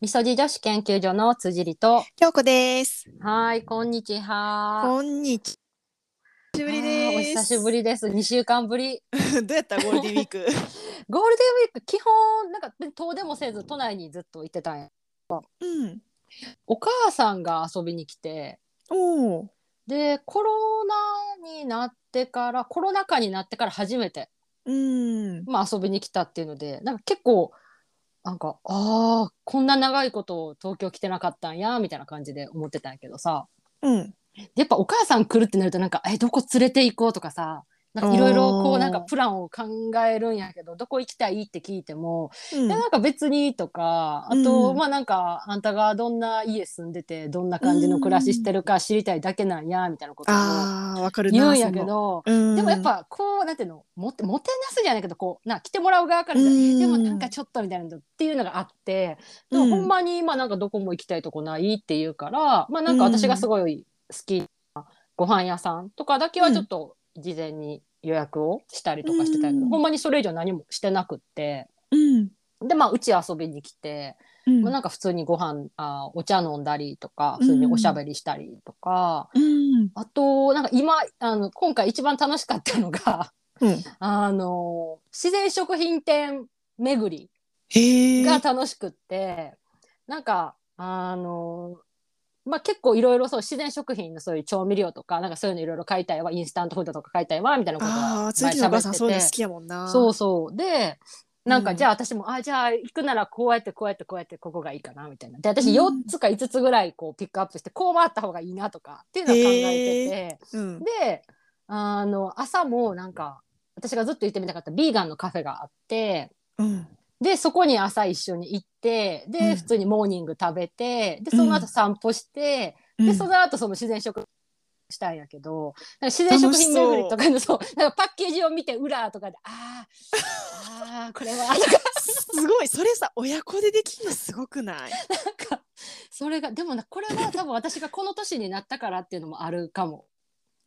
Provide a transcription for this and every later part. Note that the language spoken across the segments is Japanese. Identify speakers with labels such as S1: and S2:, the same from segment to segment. S1: みそじ女子研究所の辻里と。
S2: 京子です。
S1: はい、こんにちは。
S2: こんにちは。久しぶり
S1: あー
S2: で
S1: お
S2: す。
S1: 久しぶりです。2週間ぶり。
S2: り。どうやったゴールデンウィーク。
S1: ゴールデンウィーク、基本、なんか遠出もせず、都内にずっと行ってたんや。
S2: うん。
S1: お母さんが遊びに来て、
S2: おお。
S1: で、コロナになってから、コロナ禍になってから初めて、
S2: うん。
S1: まあ、遊びに来たっていうので、なんか結構、なんか、ああ、こんな長いこと東京来てなかったんや、みたいな感じで思ってたんやけどさ。
S2: うん。
S1: やっぱお母さん来るってなるとなんかえどこ連れて行こうとかさなんかいろいろこ
S2: お
S1: う
S2: ー
S1: なんかプランを考えるんやけどどこ行きたいって聞いても、
S2: うん
S1: いやなんか別にとかあと、
S2: うん
S1: まあなんかあんたがどんな家住んでてどんな感じの暮らししてるか知りたいだけなんやみたいなことを
S2: ああ、わかるな。
S1: 言うんやけ
S2: その。
S1: ど、
S2: うん。
S1: でもやっ。ぱこうなんていうのもてもてなすじゃないけどこうな来てもらう側からじゃ
S2: うん
S1: でもなんかちょっとみたいなのっていうのがあってでも
S2: うん
S1: ほんまにまあなんかどこも行きたいとこないっていうから、まあなんか私がすごい好きなご飯屋さんとかだけはちょっと事前に予約をしたりとかしてたけど、
S2: うん
S1: ほんまにそれ以上何もしてなくって
S2: うん。
S1: でまあうち遊びに来て、
S2: うん
S1: まあなんか普通にご飯あお茶飲んだりとか普通におしゃべりしたりとか、
S2: うん。
S1: あとなんか今あの今回一番楽しかったのが
S2: うん。
S1: あの自然食品店巡り。
S2: へえ。
S1: が楽しくって、なんかあのまあ結構いろいろそう自然食品のそういう調味料とかなんかそういうのいろいろ買いたいわインスタントフードとか買いたいわみたいなこと
S2: あ
S1: は
S2: あ、ついてのお母さん、
S1: 前
S2: そういうの好
S1: 喋って
S2: きやもんな。
S1: そうそうでなんか
S2: うん
S1: じゃあ私も、あじゃあ行くならこうやってこうやってこうやってここがいいかなみたいなで
S2: う
S1: 私
S2: ん
S1: 4つか5つぐらいこうピックアップしてこう回った方がいいなとかっていうのは考えてて。
S2: う。うん。
S1: であの朝もなんか私がずっと行ってみたかったビーガンのカフェがあって
S2: うん。
S1: でそこに朝一緒に行ってで、
S2: うん
S1: 普通にモーニング食べてでその後散歩して、
S2: う
S1: で
S2: ん
S1: その後その自然食したんやけどなんか自然食品巡りとかのそうなんかパッケージを見て裏とかであーあーこれ はとか
S2: すごい、それさ、親子でできるのすごくない。
S1: なんかそれがでもなこれは多分私がこの年になったからっていうのもあるかも。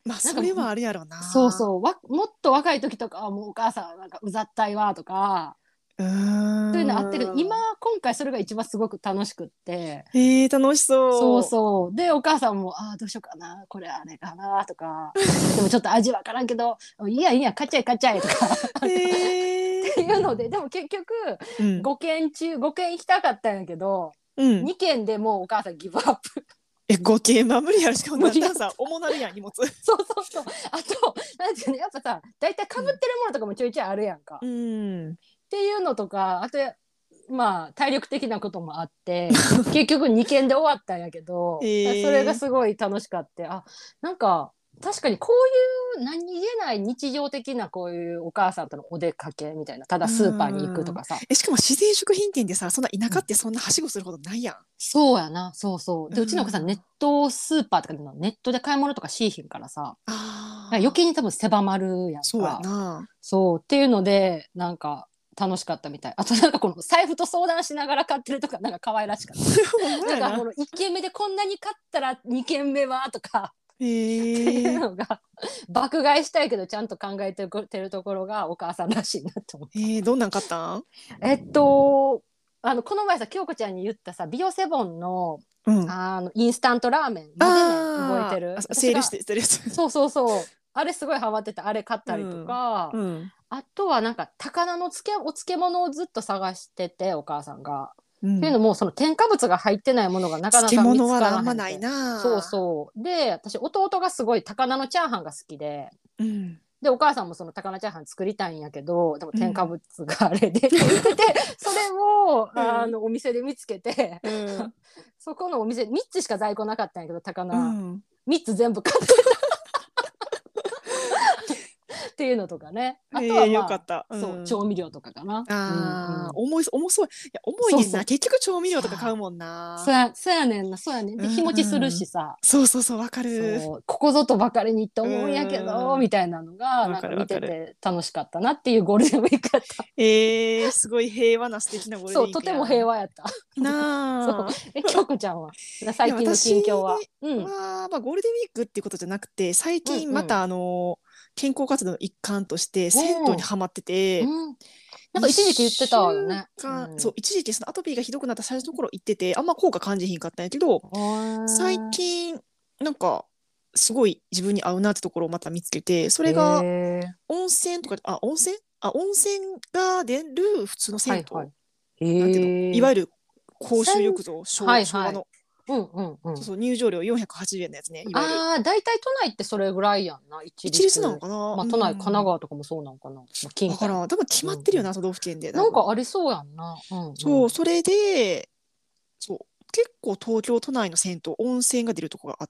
S2: まあ、
S1: なん
S2: そ
S1: か
S2: れはあるやろな。
S1: そうそうわもっと若い時とかはもうお母さんなんかうざったいわとか
S2: うーん。
S1: そ
S2: と
S1: ういうのあってるけど今。今回それが一番すごく楽しくって
S2: ええ、楽しそう。
S1: そうそうでお母さんも「ああどうしようかなこれあれかな」と か「でもちょっと味わからんけどいいやいいや買っちゃえ買っちゃ え」とか
S2: う。ええ。
S1: いうのででも結局
S2: うん。
S1: 5軒中5軒行きたかったんやけど
S2: うん。
S1: 2軒でもうお母さんギブアップ
S2: え、ご経は無理やるしかも
S1: 無
S2: な
S1: 理
S2: ん
S1: や
S2: ださ、重なるやん、荷物。
S1: そうそうそうあとなんていうのやっぱさ大体かぶってるものとかもちょいちょいあるやんか。
S2: うん。
S1: っていうのとかあとまあ体力的なこともあって 結局2件で終わったんやけど、
S2: へえ
S1: それがすごい楽しかってあなんか確かにこういう何気ない日常的なこういうお母さんとのお出かけみたいなただスーパーに行くとかさ
S2: え、しかも自然食品店でさ、そんな田舎ってそんなはしごすることないやん。
S1: そうやなそうそうで
S2: う
S1: うんちの子さんネットスーパーとかでもネットで買い物とかしいひんからさ
S2: ああ。
S1: 余計に多分狭まるやんか
S2: そうやな。
S1: そうっていうのでなんか楽しかったみたいあとなんかこの財布と相談しながら買ってるとかなんか可愛らしかった
S2: ほんま
S1: なん
S2: や
S1: か
S2: な
S1: この1軒目でこんなに買ったら2軒目はとかって
S2: え
S1: いう
S2: え。
S1: のが、爆買いしたいけどちゃんと考えてくれてるところがお母さんらしいなと思う。
S2: ええ、どんなん買ったん
S1: えっとあのこの前さ京子ちゃんに言ったさ美容セボンの
S2: うん。
S1: あのインスタントラーメン見てね
S2: あ
S1: 覚えてる
S2: あ
S1: 私が
S2: 整理してしてるやつ。
S1: そうそうそうあれすごいハマっててあれ買ったりとか、
S2: うん。
S1: あとはなんか高菜のつけお漬物をずっと探しててお母さんが。
S2: うん
S1: っていうのもその添加物が入ってないものがなかな
S2: 漬
S1: か見つ
S2: 物
S1: か
S2: は
S1: ら
S2: あんまない
S1: くて
S2: な。
S1: そうそう。で、私、弟がすごい高菜のチャーハンが好きで、
S2: う。うん。
S1: で、お母さんもその高菜チャーハン作りたいんやけど、でも添加物があ れで、って言ってて、それを、
S2: うん
S1: あの、お店で見つけて、
S2: うん。
S1: そこのお店、3つしか在庫なかったんやけど、高
S2: う
S1: 菜、
S2: ん。
S1: 3つ全部買ってた。っていうのとかね。あと
S2: え
S1: は、まあ
S2: え、よかった。ん
S1: そう、調味料とかかな。
S2: ああ、
S1: うんうん
S2: 重い、重そう。いや、重いねん
S1: そうそう
S2: な。結局調味料とか買うもんな
S1: そ。やそやねんな、そうやねん。で、
S2: うんうん
S1: 日持ちするしさ。
S2: そうそうそう、わかる。
S1: そうここぞとばかりにって思うんやけど
S2: うん
S1: みたいなのがな
S2: わ
S1: んか
S2: かる
S1: 見て
S2: わか
S1: て楽しかったなっていうゴールデンウィークだった
S2: えー、すごい平和な素敵なゴールデン
S1: そ
S2: ウィ
S1: う
S2: ーク
S1: と
S2: や
S1: ても平和やった
S2: なあ。
S1: え京子ちゃん は最近の近況はうん
S2: まあ、まあ、ゴールデンウィークっていうことじゃなくて、
S1: う
S2: 最
S1: んう
S2: 近
S1: ん
S2: んまたあの、健康活動の一環として
S1: おー
S2: 銭湯にハマってて、
S1: うんなんか一時期言ってたわよね。
S2: 一週間
S1: うん
S2: そう、一時期そのアトピーがひどくなった最初の頃行ってて、あんま効果感じひんかったんやけど、最近、なんか、すごい自分に合うなってところをまた見つけて、そ
S1: そ
S2: れが温泉とか、あ、温泉あ、温泉が出る普通の銭湯。
S1: はいはい。
S2: なんていうのいわ
S1: ゆ
S2: ゆる公衆浴場、昭
S1: はいはい
S2: 昭和の、
S1: る、うんうんうん
S2: そう。そう入場料480円のやつね、いわゆる。
S1: ああ、大体都内ってそれぐらいやんな、一律。
S2: 一律なのかな
S1: まあ、都内、神奈川とかもそうなのかな。まあ、近
S2: だか
S1: 辺。
S2: ら、多分決まってるよな、その道府県で。
S1: なんかありそうやんな。うんうん、
S2: そう、それで、そう、結構東京都内の銭湯、温泉が出るとこがあ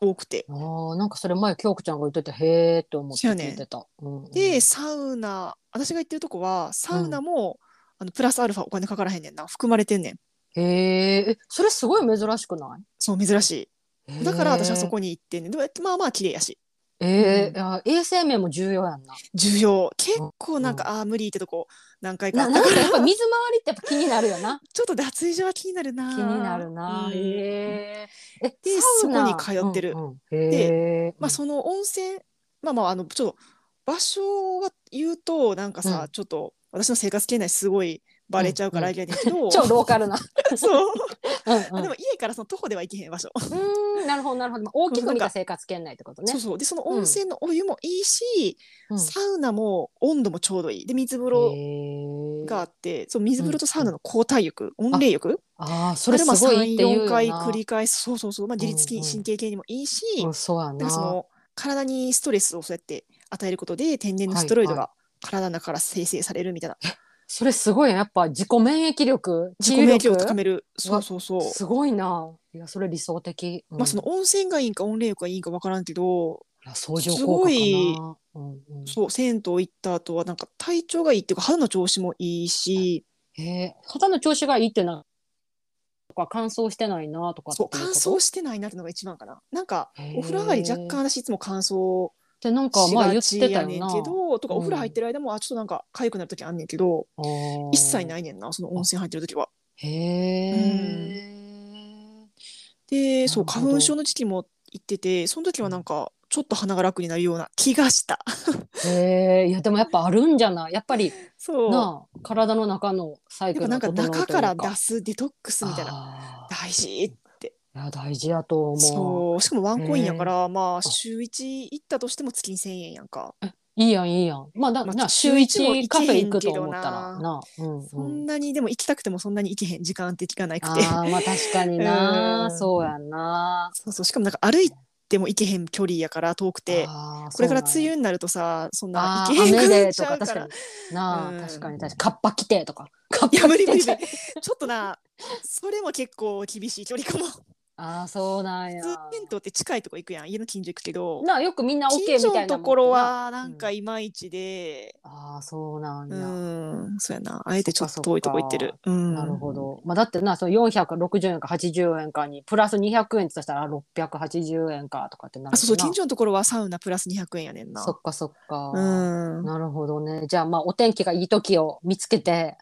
S2: 多くて。
S1: ああ、なんかそれ前、京子ちゃんが言ってて、へえって思って
S2: そうやね
S1: 聞いてた。うんうん
S2: で、サウナ、私が行ってるとこは、サウナも、あのプラスアルファお金かからへんねんな、含まれてんねん。
S1: へえ、えそれすごい珍しくな
S2: そう、珍し
S1: い
S2: い。だから私はそ。
S1: へ
S2: こに行ってんねん。でもまあまあ綺麗やし。
S1: ええ
S2: うん
S1: ーあ衛生面も重要やんな。
S2: 重要。結構なんか、ああー、無理ってとこ、何回かあ
S1: なな
S2: った
S1: ん
S2: か。
S1: からやっぱ水回りってやっぱ気になるよ な。
S2: ちょっと脱衣所は気になる
S1: 気
S2: な。
S1: になるな。
S2: うん
S1: へえ。え、
S2: で
S1: サウナ
S2: そこに通ってる
S1: うんうんへえ。
S2: まあその温泉、まあまあ、あの、ちょっと、場所は言うと、なんかさ、
S1: うん
S2: ちょっと、私の生活圏内すごいバレちゃうからあれやねんけ ど、
S1: 超ローカル な。
S2: そ
S1: うん
S2: う。あ
S1: うん
S2: でも家からその徒歩では行けへん場所。
S1: うーん、なるほど、なるほど。まあ大きく見た生活圏内ってことね
S2: そう。そう。で、その温泉のお湯もいいし、
S1: うん
S2: サウナも温度もちょうどいい。で、水風呂
S1: へえ
S2: があって、そう、水風呂とサウナの交代浴、温冷浴。
S1: ああ、そ
S2: そ
S1: れ
S2: れ
S1: す
S2: も
S1: ごいいい
S2: 3、
S1: って言う
S2: 4
S1: よな。
S2: 回繰り返す。そうそうそう。まあ、自律
S1: うん
S2: 神
S1: うん
S2: 神経系にもいいし、
S1: うんそうや
S2: なんかそ
S1: な。
S2: の体にストレスをそうやって与えることで天然のステロイドが体の中から生成されるみたいな、
S1: それすごいねやっぱ自己免疫力、
S2: 自己免
S1: 治
S2: 疫
S1: 癒
S2: を高めるそうそうそう、
S1: すごいな。いや、それ理想的。うん
S2: まあその温泉がいいんか温冷浴がいいんか分からんけど
S1: いや相乗
S2: す
S1: 効果
S2: ご
S1: か
S2: い
S1: な。うんうん
S2: そう銭湯行った後はなんか体調がいいっていうか肌の調子もいいし
S1: へえ肌の調子がいいってな。とか乾燥してないなとかってい
S2: そ
S1: ううこと。
S2: 乾燥してないなってのが一番かななんか
S1: へー
S2: お風呂上がり若干私いつも乾燥
S1: ってなんか
S2: し
S1: まあ言
S2: が
S1: っ
S2: ち
S1: てた
S2: や
S1: よ
S2: ねん
S1: な。
S2: けどとか
S1: うん
S2: お風呂入ってる間もあちょっとなんか痒くなる時あんねんけど
S1: あー
S2: 一切ないねんなその温泉入ってる時は。
S1: へえ。
S2: で、そう、
S1: なるほど
S2: 花粉症の時期も行ってて、その時はなんか、ちょっと鼻が楽になるような気がした。
S1: へえいやでもやっぱあるんじゃないやっぱり
S2: そう。や
S1: なあ体の中のサイ
S2: っ
S1: ク
S2: ぱ
S1: ル
S2: なん
S1: が整
S2: か
S1: うという
S2: 中から出すデトックスみたいな。
S1: な
S2: 大事。
S1: いや大事やと思う
S2: そう。しかもワンコインやから、まあ、週1行ったとしても月に1000円やんか。
S1: いいやんいいやんまあだ、
S2: まあ
S1: な
S2: 週
S1: 週
S2: 一も
S1: 一カフェ行く
S2: 行け
S1: と
S2: へんけど
S1: 思ったら
S2: な
S1: なあうん
S2: そ
S1: うん
S2: んなに、でも行きたくてもそんなに行けへん時間的がなくて。
S1: あーまあ確かにな、
S2: うん
S1: そうやんな
S2: そうそう。しかもなんか歩いても行けへん距離やから、遠くて。
S1: あー
S2: これから
S1: そうなん
S2: 梅
S1: や
S2: 雨になるとさ、そんな
S1: あー
S2: 行けへん
S1: 雨
S2: くな
S1: で
S2: っち
S1: と
S2: ゃ
S1: か
S2: うか
S1: 確からに。なあ、
S2: うん
S1: 確かに確かにカッパ着てとか カッ
S2: いや、
S1: パ
S2: 無
S1: 着
S2: 理無
S1: て
S2: 理無理。 ちょっとな、それも結構厳しい距離かも。
S1: ああそうなん
S2: 普
S1: や
S2: 通銭湯って近いとこ行くやん家の近所行くけど
S1: なあよくみんな OK みた
S2: 近
S1: いな
S2: 所の
S1: もん
S2: ところ
S1: な
S2: はなんかいまいちで
S1: ああそうなん
S2: う
S1: や、
S2: んそうやなあえてちょっ
S1: そ
S2: と
S1: っかそっか
S2: 遠いとこ行ってるうん
S1: なるほど。まあ、だってな、その460円か80円かに、プラス200円ってしたらあ680円かとかってなる
S2: あそうそう
S1: かな
S2: 近所のところはサウナプラス200円やねんな
S1: そっかそっか。
S2: うん
S1: なるほどね。じゃあ、まあ、お天気がいい時を見つけて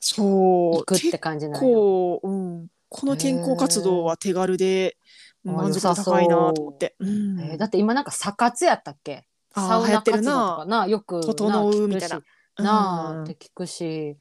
S2: そ
S1: いうくっ
S2: 結
S1: て感じなの。
S2: 構うんこの健康活動は手軽で
S1: へー
S2: 満足度高いなと思ってうん
S1: えーだって今なんか、サ活やったっけ
S2: あー
S1: サウ
S2: 流行
S1: ナ
S2: って
S1: 活動と
S2: るな
S1: かな、よくな
S2: 整う
S1: 聞くし
S2: みたいなうん
S1: なあって聞くし。へ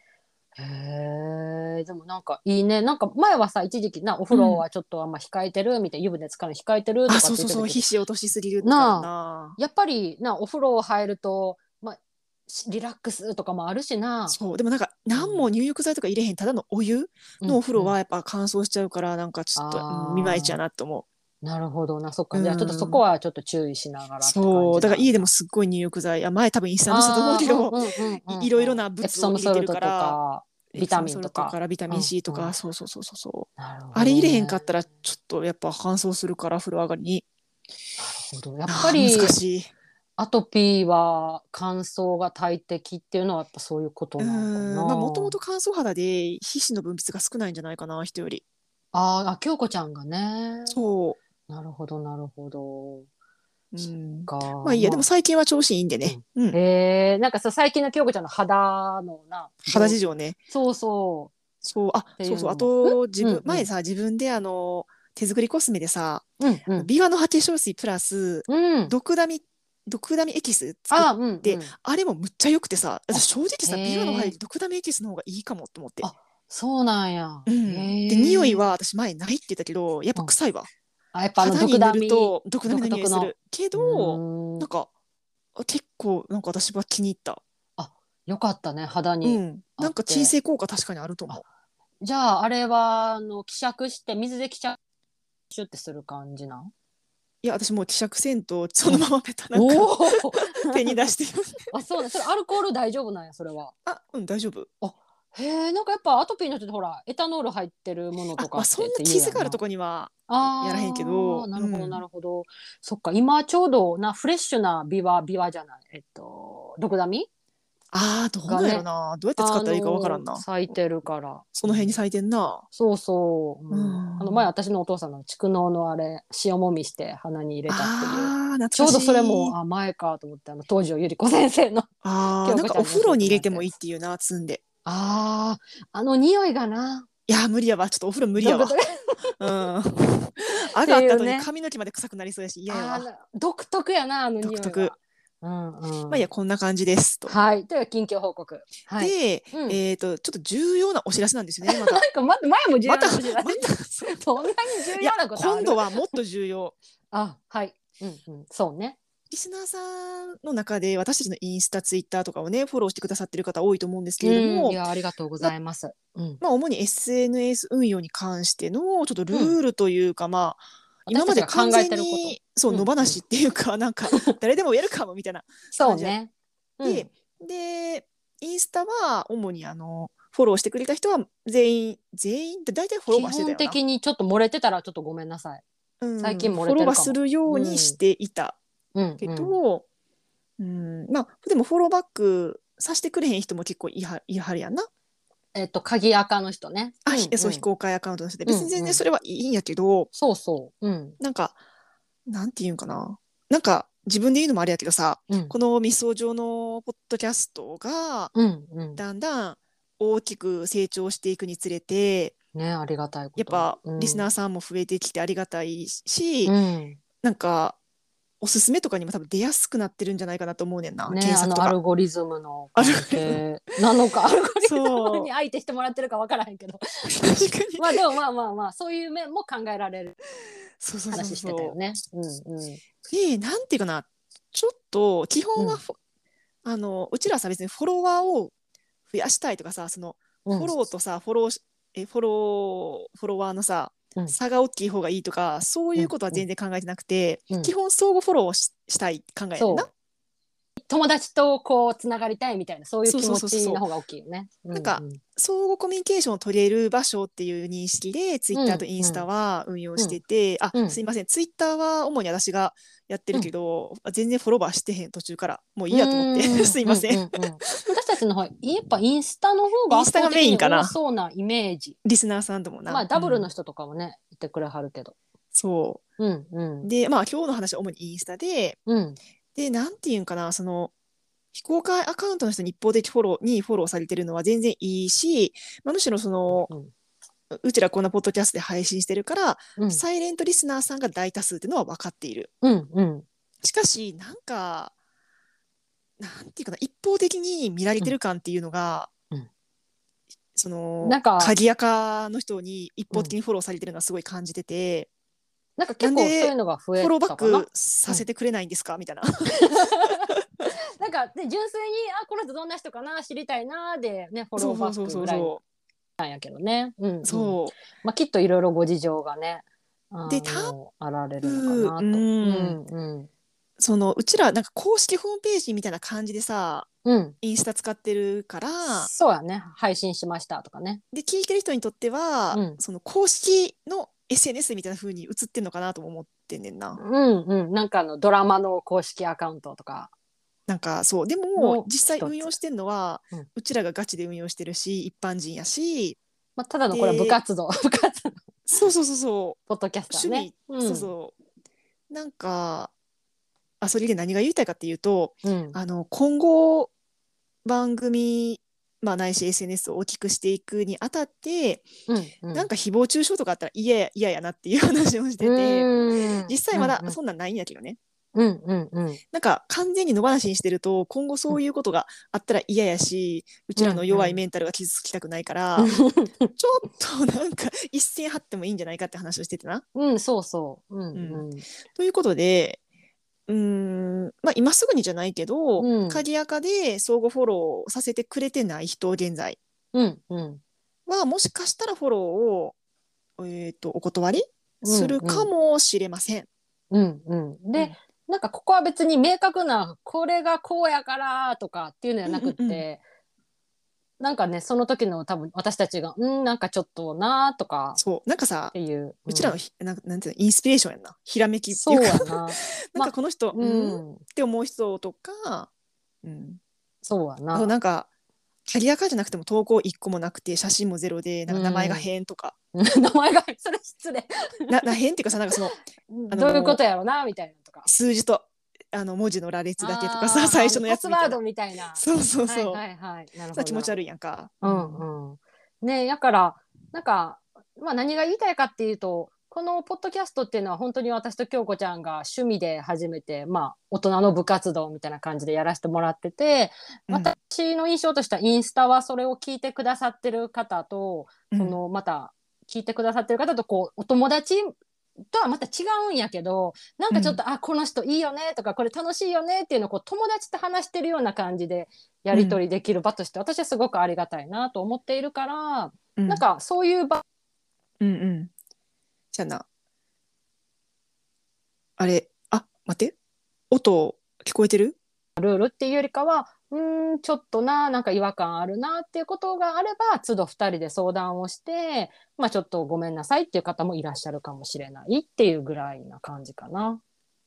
S1: えでもなんかいいねなんか前はさ一時期なお風呂はちょっとあんま控えてるみたいな、湯船使うの控えてるとか
S2: あ
S1: って
S2: そ
S1: 言
S2: う
S1: って
S2: そう
S1: たけど
S2: そう皮脂落としすぎるからな
S1: やっぱりなお風呂入ると、まあ、しリラックスとかもあるしな。
S2: そうでもなんか何も入浴剤とか入れへんただのお湯のお風呂
S1: うんうん
S2: はやっぱ乾燥しちゃうからなんかちょっと
S1: あー
S2: うん見まいちゃなと思
S1: なるほどなそっか、
S2: うん
S1: じゃあちょっとそこはちょっと注意しながらっ
S2: う
S1: て感じ
S2: そうだから家
S1: い
S2: でもすっごい入浴剤あ前多分インスタのしたと思うけどいいろいろな物質を入れてるから
S1: ビタミンとか
S2: エプソムソルトからビタミン C と
S1: うんう
S2: か
S1: ん
S2: そうそうそうそうそうあれ入れへんかったらちょっとやっぱ乾燥するから風呂上がりに
S1: やっぱり
S2: あー難しい
S1: アトピーは乾燥が大敵っていうのはやっぱそういうこと
S2: う
S1: なの
S2: ん
S1: かな。
S2: もともと乾燥肌で皮脂の分泌が少ないんじゃないかな人より
S1: あーあ京子ちゃんがね。
S2: そ
S1: なるほどなるほど。
S2: う、うん、
S1: か
S2: まあいいやでも最近は調子いいんでね、うん
S1: へえなんかさ最近の京子ちゃんの肌のな
S2: 肌事情ね
S1: そうそ
S2: そうあ
S1: ていう
S2: そうそう
S1: の
S2: あと自分、
S1: うんうん
S2: 前さ自分であの手作りコスメでさ
S1: ううんうん
S2: ビワのハ化粧水プラス
S1: うん
S2: ドクダミ毒ダミエキス作っ
S1: あ、うん、うん。
S2: であれもむっちゃ良くてさ私正直さ
S1: へ
S2: ビ
S1: ー
S2: ワの入り毒ダミエキスの方がいいかもと思って
S1: あ、そうなんや。
S2: うん、
S1: へー
S2: で匂い。は私前ないって言ったけどやっぱ臭いわ
S1: あ、やっぱあの
S2: 肌に
S1: 毒ダ
S2: 塗
S1: ミ。
S2: ると毒ダミの匂い
S1: 独
S2: す
S1: 特の
S2: るけ
S1: う
S2: ど
S1: ーん
S2: なんか結構なんか私は気に入った
S1: よかったね、肌
S2: う
S1: に。
S2: んなんか鎮静効果確かにあると思う
S1: じゃあ、あれは、あの、希釈して、水で希釈、シュってする感じなん
S2: いや私もう希釈せんとそのままペタなんか
S1: おお
S2: 手に出してる
S1: あ、そうね。それ、アルコール大丈夫なんや、それは。
S2: あうん大丈夫
S1: へえ、なんかやっぱアトピーの人ってほら、エタノール入ってるもの
S2: あ
S1: とか
S2: まあ
S1: って
S2: そんな
S1: って言うや
S2: 傷があるとこにはやらへんけど
S1: あーなるほ
S2: う
S1: ど、
S2: ん
S1: なるほど。そっか、今ちょうど、な、フレッシュなビワ、ビワじゃない、えっと、毒ダミ
S2: あーどうなんやろなどうやって使ったらいいかわからん
S1: あ
S2: な
S1: の咲いてるから。
S2: その辺に咲いてんな
S1: そうそう。うん
S2: うん
S1: あの前、私のお父さんの蓄能のあれ、塩もみして鼻に入れたっていう。
S2: ああー懐かしい
S1: ちょうどそれも、あ、前かと思って、あの、東條ゆり子先生の。
S2: あ
S1: 京
S2: ーなん
S1: 子ちゃん
S2: かお風呂に入れてもいいっていうな積んで
S1: ああ、あの匂いがな。
S2: いやー無理やわちょっとお風呂無理やわ
S1: 独特
S2: うん上がった
S1: って
S2: 後
S1: いうね
S2: に髪の毛まで臭くなりそうやし嫌や
S1: あ
S2: わ
S1: ーな独特やな、あの匂いは。
S2: 独特。
S1: うんうん。
S2: まあいいやこんな感じですと。
S1: はい。という近況報告。はい。
S2: で、
S1: うん
S2: えっ、とちょっと重要なお知らせなんですよね。また
S1: なんかま前 も重要
S2: ま
S1: な
S2: た
S1: ことじゃな
S2: ま
S1: い
S2: たそう
S1: そんなに重要なことある
S2: 今度はもっと重要。
S1: あはい、うんうん、そうね
S2: リスナーさんの中で私たちのインスタ、ツイッターとかをねフォローしてくださってる方多いと思うんですけれども、
S1: いやありがとうございます、うん、
S2: まあ主に SNS 運用に関してのちょっとルールというか、まあ今まで完全
S1: 私たちが考えてる
S2: にそう
S1: うん
S2: 野放しっていうか、な んか誰でもやるかもみたいな
S1: そうね
S2: で、でインスタは主にあのフォローしてくれた人は全員全員って大体フォ
S1: うん、
S2: ローは
S1: 基
S2: してたよ
S1: 本
S2: な
S1: 的にちょっと漏れてたらちょっとごめんなさい、
S2: うん
S1: 最近漏れてる
S2: フォ
S1: かも
S2: ローはするようにしていた
S1: うん
S2: け
S1: うん
S2: ど、うんまあでもフォローバックさしてくれへん人も結構いはいはるやんな、
S1: えっと鍵赤の人ね
S2: あ
S1: ん
S2: ひそう非公開アカウントの人で別に全然それはいいんやけど、
S1: そうそううん
S2: なんかなんていうんかななんか自分で言うのもあれやけどさ
S1: うん
S2: この「みそ上のポッドキャストが
S1: うんうん、
S2: だんだん大きく成長していくにつれて
S1: ねありがたいこと
S2: やっぱリスナ
S1: ー
S2: ーさんも増えてきてありがたいし、
S1: うん、
S2: なんかおすすめとかにも多分出やすくなってるんじゃないかなと思うねんな、
S1: ね
S2: 検
S1: あ
S2: 索と
S1: のア
S2: か。
S1: ルゴリズムの関係 なのかアルゴリズ
S2: そ
S1: ム
S2: う
S1: に相手してもらってるかわからへんけど
S2: 確かに
S1: まあでもまあまあまあそういう面も考えられる
S2: そうそうそ う
S1: 話してたよねうんうん
S2: でなんていうかなちょっと基本はフォ、あのうちらさ別にフォロワーを増やしたいとかさその
S1: うん
S2: フォローとさ、フォローしえフォローフォロワーのさ、
S1: うん
S2: 差が大きい方がいいとかそういうことは全然考えてなくて、
S1: うん
S2: 基本相互フォローししたい考えや
S1: そ
S2: ん
S1: う
S2: な。
S1: 友達とこうつながりたいみたいなそういう気
S2: そう
S1: 持
S2: そうそうそ
S1: ち
S2: う
S1: の方が大きいよね。
S2: なんか相互コミュニケーションを取れる場所っていう認識でツイッターとインスタは運用してて、
S1: うん
S2: あすいませんツイッターは主に私がやってるけど、全然フォロワーしてへん途中からもういいやと思って すいません、
S1: うううう私たちの方やっぱインスタの方が
S2: インスタがメインかな
S1: 圧倒的に多そうなイメージ。
S2: リスナーさんともな、
S1: まあダブルの
S2: うん
S1: 人とかもねいてくれはるけど。
S2: そ
S1: うんうん
S2: うでまあ今日の話は主にインスタで
S1: うん
S2: でなんていうんかなその非公開アカウントの人に一方的フォローにフォローされてるのは全然いいし、まあ、むしろその
S1: うん
S2: ううちらこんなポッドキャストで配信してるから、
S1: うん
S2: サイレントリスナーさんが大多数っていうのは分かっている。
S1: うんうん
S2: しかしなんかなんていうかな一方的に見られてる感っていうのが、
S1: うんうん
S2: その
S1: なんか
S2: 鍵垢の人に一方的にフォローされてるのはすごい感じてて、
S1: なんか結構
S2: な
S1: そうん
S2: で
S1: いうのが増え
S2: フォローバ
S1: た
S2: ッ
S1: かな
S2: ク。させてくれないんですか、みたいな
S1: なんかで純粋にあこの人どんな人かな知りたいなーでねフォ
S2: そ
S1: ロ
S2: う
S1: ー
S2: そ
S1: バ
S2: うそ
S1: ッ
S2: う
S1: ク
S2: そう
S1: ぐらい
S2: そ
S1: なんやけどね。うんう
S2: うんそう
S1: まあきっといろいろご事情がね。あ
S2: で
S1: のあられるのかなと。
S2: うん
S1: うんうん
S2: そのうちらなんか公式ホームページみたいな感じでさ
S1: うん、
S2: インスタ使ってるから
S1: そうやね配信しましたとかね
S2: で聞いてる人にとっては、
S1: うん
S2: その公式の SNS みたいな風に映ってんのかなとも思ってんねんな。
S1: うんうんなんかあのドラマの公式アカウントとか
S2: なんかそうで
S1: も
S2: も
S1: う
S2: 実際
S1: 一つ
S2: 運用してるのは、
S1: う
S2: うんちらがガチで運用してるし一般人やし
S1: まあただのこれは部活動 部活の
S2: そうそうそうそ
S1: ポッドキャスターね
S2: う、そうそうなんかあそれで何が言いたいかっていうと
S1: うん
S2: あの今後番組まあないし SNS を大きくしていくにあたって、
S1: うんうん
S2: なんか誹謗中傷とかあったら嫌や嫌やなっていう話をして
S1: う
S2: て、
S1: ーん
S2: 実際ま
S1: うんう
S2: だ
S1: ん
S2: そんなんないんやけどね、
S1: うんうんうん。
S2: なんか完全に野放しにしてると今後そういうことがあったら嫌やし、うちらの弱いメンタルが傷つきたくないから、ちょっとなんか一線張ってもいいんじゃないかって話をしててな。
S1: うん、そうそう。うんうん。
S2: ということでうーん、まあ、今すぐにじゃないけど、
S1: うん
S2: 鍵アカで相互フォローさせてくれてない人現在
S1: うんうん。
S2: はもしかしたらフォローを、えー、とお断りするかもしれません。
S1: うんうん。
S2: う
S1: で
S2: ん、
S1: なんかここは別に明確な、これがこうやからとかっていうのじゃなくって、
S2: うんうん
S1: なんかね、その時の多分私たちが、うん、なんかちょっとなーとか
S2: そうなんかさ
S1: っていう。ん
S2: うちらのひ、なんかなんていうのインスピレーションやんなひらめきって
S1: そ
S2: いう
S1: う
S2: か
S1: やな。
S2: なんかこの人、
S1: う
S2: うん、っ
S1: ん。
S2: て思う人とか、うん、
S1: そうや
S2: あと
S1: な。
S2: なんかキャリアカーじゃなくても投稿1個もなくて写真もゼロでなんか名前が変とか、
S1: 名前が、それ失礼。
S2: なな変っていうかさなんかそのの
S1: どういうことやろうな、みたいなとか。
S2: 数字とあの文字の羅列だけとか
S1: あ
S2: さ
S1: ー
S2: 最初のやつみ
S1: パス
S2: た
S1: ワ
S2: い
S1: ード
S2: な
S1: みたいな。
S2: そうそうそう、
S1: はいはいはい。なるほ
S2: さ
S1: ど。
S2: 気持ち悪いやんか、
S1: うんうん。ねだから、なんか、まあ何が言いたいかっていうと、このポッドキャストっていうのは本当に私と京子ちゃんが趣味で始めて、まあ大人の部活動みたいな感じでやらせてもらってて、
S2: うん
S1: 私の印象としてはインスタはそれを聞いてくださってる方と、
S2: うん
S1: そのまた聞いてくださってる方とこうお友達とはまた違うんやけどなんかちょっと、あこの人いいよねとかこれ楽しいよねっていうのをこう友達と話してるような感じでやり取りできる場として、私はすごくありがたいなと思っているから、
S2: うん
S1: なんかそういう場
S2: うんうんじゃあなあれあ待って音聞こえてる
S1: ルールっていうよりかはうーんちょっとななんか違和感あるなっていうことがあれば都度2人で相談をして、まあ、ちょっとごめんなさいっていう方もいらっしゃるかもしれないっていうぐらいな感じかな。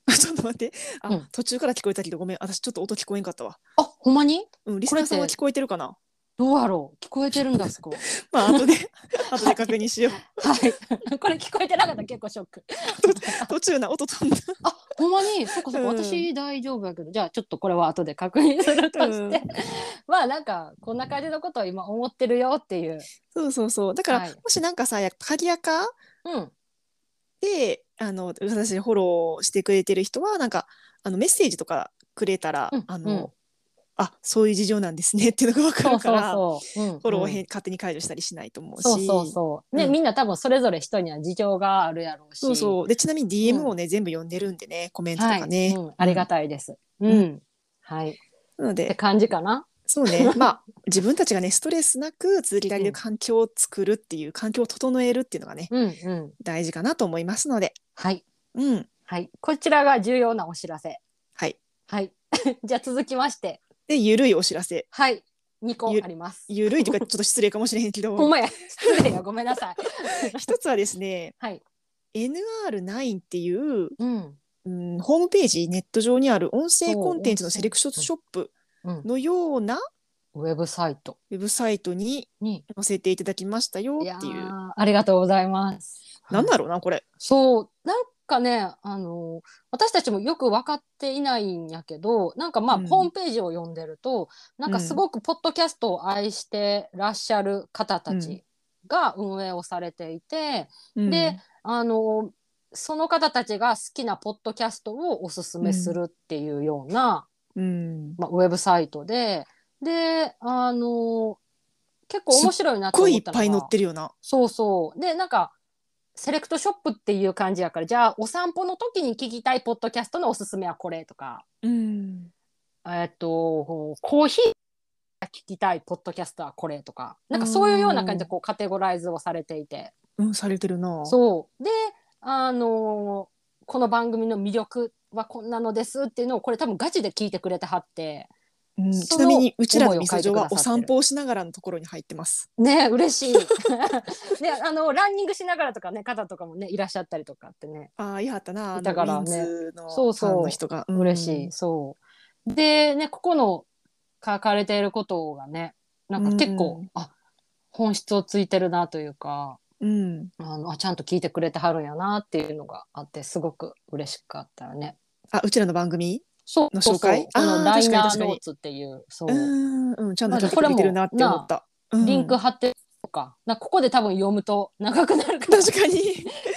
S2: あちょっと待ってあ、
S1: うん
S2: 途中から聞こえたけどごめん私ちょっと音聞こえんかったわ
S1: あほんまに
S2: うんリスナーさん
S1: これ
S2: は
S1: って
S2: 聞こえてるかな
S1: どうやろう聞こえてるんだすごい。
S2: まあ 後で後で確認しよう
S1: はい。 これ聞こえてなかったら結構ショック。
S2: 途中な音飛んだ
S1: あ、ほんま に、そっかそっか、
S2: うん
S1: 私大丈夫やけど、じゃあちょっとこれは後で確認するとして、
S2: うん
S1: まあなんかこんな感じのことを今思ってるよっていう。
S2: そうそうそうだから、
S1: はい
S2: もしなんかさやっぱ鍵アカ
S1: うん。
S2: であの私たちにフォローしてくれてる人はなんかあのメッセージとかくれたら、
S1: うん
S2: あ
S1: う
S2: の、
S1: ん
S2: あそういう事情なんですねっていうのが分か
S1: そ
S2: る
S1: う
S2: か
S1: そう
S2: ら
S1: そう。うん、
S2: フォローを
S1: うん
S2: へん勝手に解除したりしないと思うし
S1: そうそうそう。ね、
S2: うん
S1: みんな多分それぞれ人には事情があるやろうし。
S2: そうそうでちなみに DM
S1: うん
S2: をね、全部読んでるんでねコメントと
S1: はい、
S2: かね、
S1: うん。ありがたいです。うん。はい。っ
S2: なの
S1: て
S2: で
S1: 感じかな。
S2: そう ねまあ自分たちがねストレスなく続けられる環境を作るっていう環境を整えるっていうのがね
S1: うんうん。
S2: 大事かなと思いますので
S1: はい。
S2: うん
S1: はい。こちらが重要なお知らせ。
S2: はい
S1: はい。 じゃあ続きまして。
S2: でゆるいお知ら せ
S1: はい、二個
S2: ゆ
S1: あります。
S2: ゆるいというかちょっと失礼かもしれへんけ
S1: ほん
S2: ど
S1: まや、失礼や、ごめんなさい。
S2: 一つはですね
S1: はい、
S2: NR9 っていう、
S1: うん、
S2: うん、ホームページネット上にある音声コンテンツのセレクションショップ
S1: うん、
S2: のような
S1: ウェブサイト
S2: ウェブサイトに
S1: に。
S2: 載せていただきましたよ
S1: いや
S2: っていう
S1: ー、ありがとうございます。
S2: なんだ
S1: はい
S2: ろうなこれ
S1: そう、なんかね、あのー私たちもよく分かっていないんやけど、なんかまあ、
S2: うん
S1: ホームページを読んでると、なんかすごくポッドキャストを愛してらっしゃる方たちが運営をされていて、で、あのその方たちが好きなポッドキャストをおすすめするっていうような、
S2: うん、
S1: まあ、ウェブサイトでであの結構面白いなと
S2: 声
S1: 思
S2: い
S1: っ
S2: った
S1: のが
S2: ぱい載ってるよな
S1: そうそうでなんかセレクトショップっていう感じやからじゃあお散歩の時に聞きたいポッドキャストのおすすめはこれとか
S2: うん
S1: えっとコーヒーが聞きたいポッドキャストはこれとかなんかそういうような感じでこうカテゴライズをされていて
S2: うんされてるな
S1: そうであのーこの番組の魅力はこんなのですっていうのをこれ多分ガチで聞いてくれてはって
S2: うん、
S1: そ
S2: ち
S1: の
S2: なみにうちらのミソ
S1: 思いを書いて
S2: ジ
S1: くださっ
S2: は
S1: てる
S2: お散歩をしながらのところに入ってます
S1: ね嬉しい ねあのランニングしながらとかね方とかもねいらっしゃったりとかってね
S2: ああいやはったなあ
S1: だ
S2: の
S1: からね
S2: ウィンズの
S1: そうそう
S2: ファンの人がうん
S1: 嬉しい、そうでねここの書かれていることがねなんか結構、
S2: うんう
S1: あ本質をついてるなというか
S2: うん
S1: あのあちゃんと聞いてくれてはるんやなっていうのがあってすごく嬉しかったね。
S2: あうちらの番組
S1: そう
S2: の紹介
S1: そうそうこの
S2: あー
S1: ライ
S2: 確かに
S1: ナー
S2: 確かに
S1: ノーツっていうそう、
S2: うんうんちゃんと聞いてくれてるなって思った、うん
S1: リンク貼ってとかなんかここで多分読むと長くなるから
S2: 確かに
S1: い